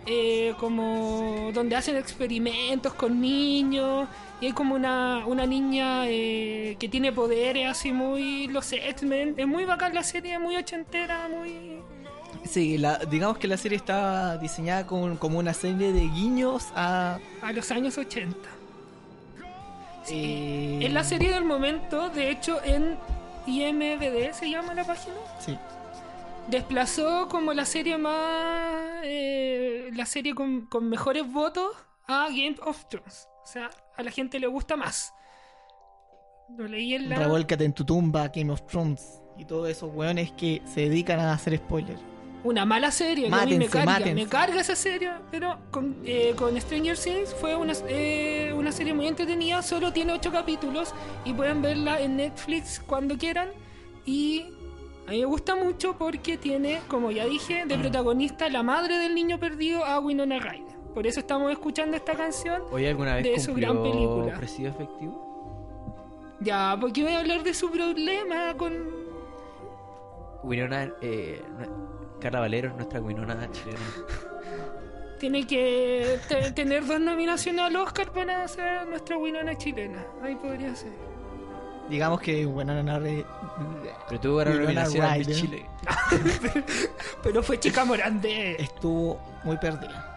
eh, como donde hacen experimentos con niños y hay como una, una niña eh, que tiene poderes así muy los X-Men es muy bacán la serie muy ochentera muy
Sí, la- digamos que la serie está diseñada con- como una serie de guiños a.
a los años 80 sí.
eh,
es la serie del momento de hecho en IMDb se llama la página
Sí.
desplazó como la serie más eh, la serie con, con mejores votos a Game of Thrones o sea a la gente le gusta más lo leí en la
Revuélcate en tu tumba, Game of Thrones. Y todos esos weones que se dedican a hacer spoilers.
una mala serie que a mí me
Mátense,
carga
mátense.
me carga esa serie pero con, eh, con Stranger Things fue una, eh, una serie muy entretenida solo tiene 8 capítulos y pueden verla en Netflix cuando quieran y a mí me gusta mucho porque tiene como ya dije
Mm.
de protagonista la madre del niño perdido a Winona Ryder por eso estamos escuchando esta canción
¿Hoy alguna vez
De su
cumplió
gran película.
presidio efectivo?
ya porque voy a hablar de su problema con
Winona eh, no- Carla Valero es nuestra guinona chilena.
Tiene que te- tener dos nominaciones al Oscar para ser nuestra Winona chilena. Ahí podría ser.
Digamos que buena narre.
Pero tuvo una
Winona
nominación a Miss
Ryder.
Chile.
Pero fue chica morante.
Estuvo muy perdida.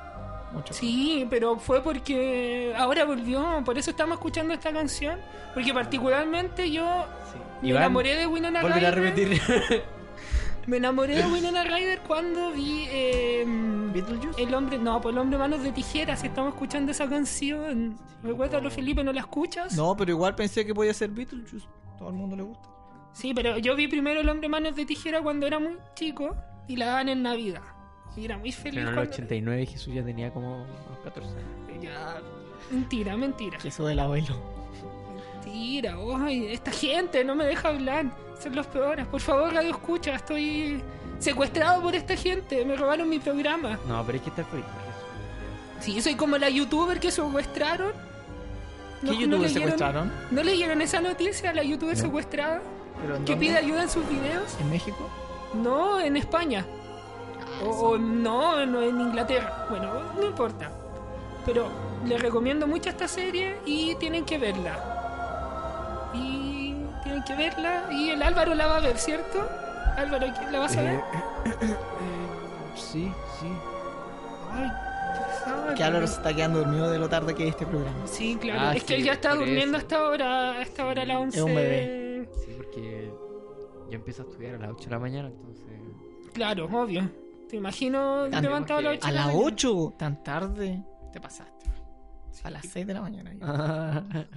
Mucho.
Sí, pero fue porque ahora volvió. Por eso estamos escuchando esta canción. Porque particularmente yo
Sí.
me
Iván,
enamoré de Winona
volver a
Ryder.
repetir.
<laughs> Me enamoré de Winona Ryder cuando vi eh,
Beetlejuice.
El hombre, no, pues el hombre manos de tijeras, estamos escuchando esa canción. Recuerda lo Felipe, ¿no la escuchas?
No, pero igual pensé que podía ser Beetlejuice. Todo el mundo le gusta.
Sí, pero yo vi primero el hombre manos de tijera cuando era muy chico y la daban en Navidad. Y era muy feliz.
Pero en el
cuando-
89 Jesús ya tenía como unos 14 años.
Ya, Mentira, mentira.
Que eso del abuelo.
Mentira, ay, esta gente no me deja hablar. Son los peores. Por favor, radio escucha, estoy secuestrado por esta gente. Me robaron mi programa.
No, pero es que está feliz por Jesús.
Sí, soy como la youtuber que secuestraron.
¿Qué
No- no leyeron-
youtubers secuestraron?
¿No leyeron esa noticia? La youtuber
No.
secuestrada
¿Pero en
que
dónde?
pide ayuda en sus videos.
¿En México?
No, en España. O, o no, no, en Inglaterra. Bueno, no importa. Pero les recomiendo mucho esta serie y tienen que verla. Y tienen que verla. Y el Álvaro la va a ver, ¿cierto? Álvaro, ¿la vas a
Eh,
ver?
Sí, sí.
Ay, qué pesado,
Que Álvaro se está quedando dormido de lo tarde que es este programa.
Sí, claro.
Ah,
es que
sí,
él ya está
por
durmiendo
eso.
hasta ahora, hasta ahora a las 11.
Es un bebé.
Sí, porque yo empiezo a estudiar a las 8 de la mañana, entonces.
Claro, obvio. Te imagino
También
levantado a las 8.
porque-
A las 8, tan tarde. Te pasaste. A las 6 de la mañana.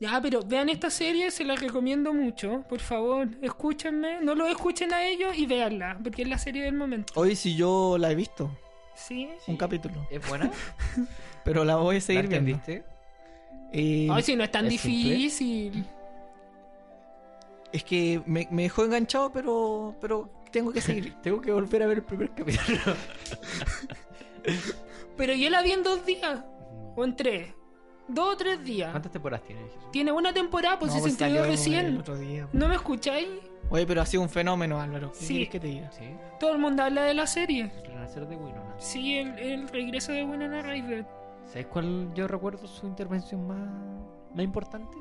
Ya, pero vean esta serie, se la recomiendo mucho. Por favor, escúchenme. No lo escuchen a ellos y véanla, porque es la serie del momento.
Hoy sí yo la he visto.
¿Sí?
Un capítulo.
<laughs> ¿Es buena?
Pero la voy a seguir
¿La
viendo.
entendiste?
Eh,
Ay, si no es tan
¿Es simple?
difícil.
Es que me, me dejó enganchado, pero, pero tengo que seguir.
Tengo que volver a ver el primer capítulo.
Pero yo la vi en dos días, o en tres. Dos o tres días.
¿Cuántas temporadas tiene Jesús?
Tiene una temporada, <laughs> pues
No,
si se
pues
entregó
salió el
recién.
otro día.
¿No me escucháis?
Oye, pero ha sido un fenómeno, Álvaro. ¿Qué
Sí.
quieres que te diga?
Sí,
Todo el mundo habla de la serie.
el renacer de Winona.
Sí, el, el regreso de Winona Ryder.
¿Sabes cuál yo recuerdo su intervención más, más importante?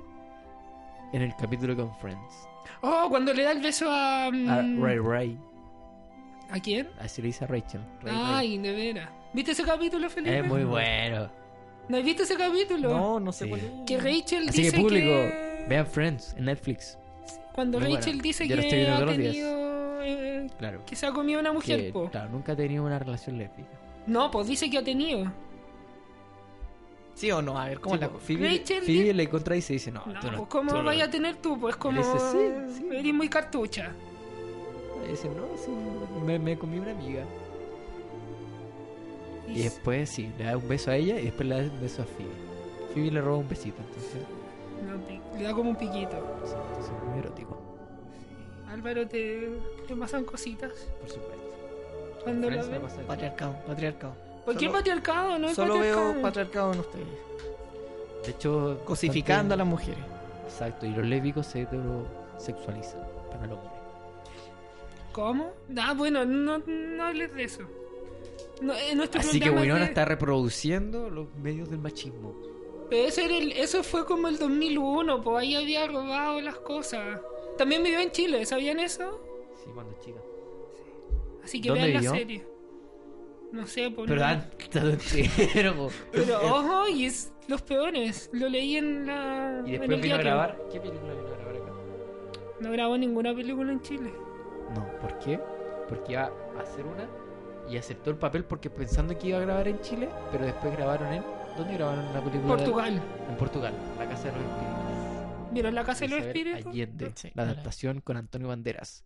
En el capítulo con Friends.
Oh, cuando le da el beso a...
A
mm,
Ah, Ray Ray.
¿A quién?
Así le dice a Rachel. Ray Ray.
Ay, de veras. ¿Viste ese capítulo, Felipe?
Es muy bueno.
¿No has visto ese capítulo?
No, no sé
Sí.
cuál es.
Que Rachel
Mm. Así
dice
que público,
que-
vean Friends en Netflix.
Cuando
Muy
Rachel
buena.
dice
Yo la estoy
que
viendo
ha
todos los días.
tenido... eh,
Claro.
que se ha comido una mujer,
Que,
po.
claro, nunca he tenido una relación lésbica.
No, pues dice que ha tenido.
Ah,
¿Sí o no? A ver, ¿cómo
Sí,
la
po,
cosa?
Phoebe,
Rachel
Phoebe
di-
le contradice y dice, no,
No,
tú no.
pues ¿cómo
tú no-
vaya a tener tú? Pues como...
dice, sí, sí.
Eres muy cartucha.
Dice, no, sí, me, me comí una amiga. Y
Y-
después sí, le da un beso a ella y después le da un beso a Phoebe. Phoebe le roba un besito, entonces,
no, pi- le da como un piquito.
sí, entonces es muy erótico,
Álvaro, te, te pasan cositas.
por supuesto.
Cuando lo
Friends no
ves.
pasa nada.
<laughs> Patriarcado, patriarcado.
¿Por qué
Solo-
patriarcado? No es
Solo
patriarcado.
veo patriarcado en ustedes.
De hecho,
Cosificando a las
bastante-
mujeres.
Exacto, y los lésbicos se heterosexualizan para el hombre.
¿Cómo? Ah, bueno, no, no hables de eso. No, eh, nuestro
Así que
programa es
Winona
de-
está reproduciendo los medios del machismo.
Pero eso, era el- eso fue como el 2001, pues ahí había robado las cosas. También vivió en Chile, ¿sabían eso?
Sí, cuando chica.
Así que
¿Dónde
vean
vivió?
la serie. No sé, por
Pero eh. dan todo <laughs> entero, po.
Pero ojo, y es los peones. Lo leí en la.
Y
en el
después vino a
diario.
grabar. ¿Qué película vino a grabar acá?
No grabó ninguna película en Chile.
No, ¿por qué? Porque iba a hacer una y aceptó el papel porque pensando que iba a grabar en Chile, pero después grabaron en. ¿Dónde grabaron la película?
Portugal.
En Portugal, la Casa de los Espíritus.
¿Vieron la casa de los
Isabel
espíritus?
Allende,
Sí,
la
claro.
adaptación con Antonio Banderas,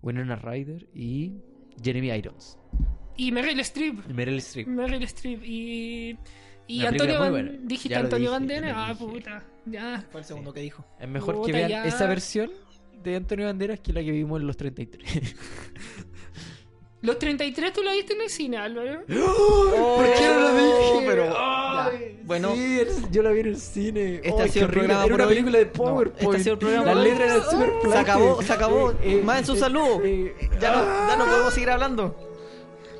Winona Ryder y Jeremy Irons.
Y Meryl Streep.
Y Meryl Streep.
Meryl Streep y. Y
Una película
Antonio
muy
Ban-
buena.
¿Dijiste
Ya lo
Antonio
dije,
Banderas?
ya lo
Ah,
dije.
puta. Ya.
Fue el segundo que dijo.
Es mejor
Puta,
que vean
ya.
esa versión de Antonio Banderas que la que vimos en los 33.
Los 33 tú la viste en el cine, Álvaro.
¿Por qué no lo dije?
Pero,
Ay,
ya. Bueno.
sí, es- yo la vi en el cine.
Este
Ay,
ha
qué
sido el
horrible.
programa
Era
por
una
hoy.
película de
No,
PowerPoint.
este ha sido el programa
Las
por hoy.
letras eran súper
Se acabó, se acabó. Más en su saludo.
Eh, eh,
Ya no, ya no podemos seguir seguir hablando.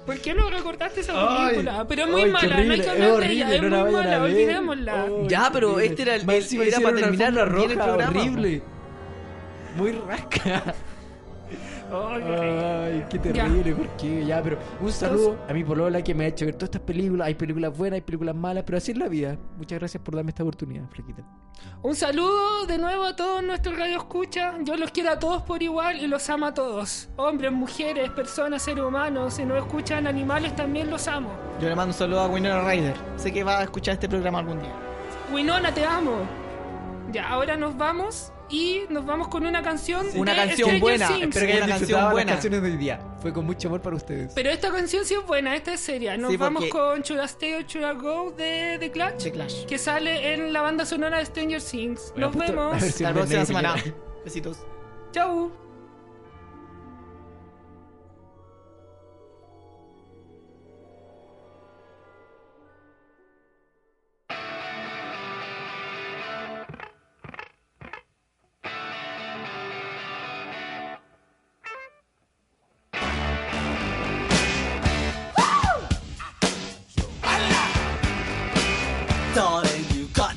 ¿Por qué no recortaste esa
Ay,
película? Pero es muy
ay, qué
mala, no hay
horrible,
que
es
hablar de ella,
horrible,
es
no la
muy
vayan a
mala,
ver.
olvidémosla.
Oh,
Ya,
qué
pero
horrible.
este era el-
Más
el-
encima
era para
hicieron una
terminar
alfombra
bien el
roja,
programa.
horrible. Muy rasca.
Ay, qué horrible.
Ay, qué terrible, ¿por qué? Ya, pero un saludo a mi polola que me ha hecho ver todas estas películas. Hay películas buenas, hay películas malas, pero así es la vida. Muchas gracias por darme esta oportunidad, Flequita.
Un saludo de nuevo a todos nuestros radioescuchas. Yo los quiero a todos por igual y los amo a todos. Hombres, mujeres, personas, seres humanos. Si no escuchan animales, también los amo.
Yo le mando un saludo a Winona Ryder. Sé que va a escuchar este programa algún día.
Winona, te amo. Ya, ahora nos vamos y nos vamos con una canción.
Una
de
canción
Stranger
buena,
Things.
espero que hayan disfrutado las canciones
de hoy día. Fue con mucho amor para ustedes.
Pero esta canción sí es buena, esta es seria. Nos
Sí,
vamos
porque-
con Should I Stay or Should I Go de The Clutch,
The Clash.
que sale en la banda sonora de Stranger Things. Nos vemos.
Hasta la próxima semana. Besitos.
Chau.
Darling, you got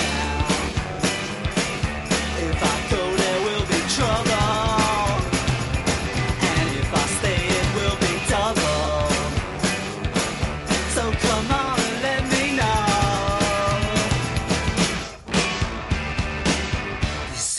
now? If I go, there will be trouble. And if I stay, it will be double. So come on and let me know. This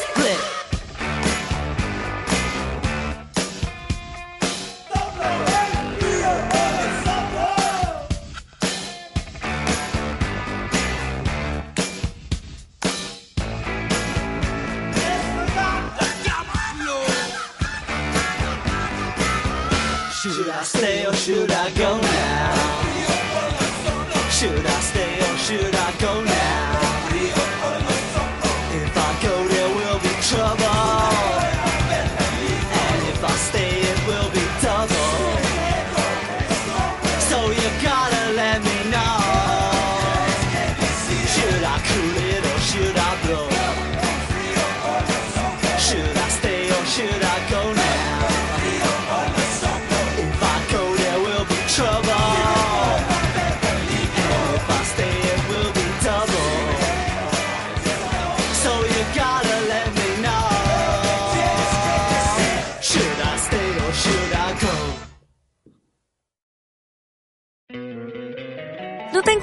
Split. Should I stay or should I go now? Should I stay or should I go now? If I go, there will be trouble. And if I stay, it will be double. So you gotta let me know. Should I cool it or should I blow? Should I stay or should I go now? If I go, there will be trouble. And if I stay, it will be double. So you gotta let me know. Should I stay or should I go?
¿No te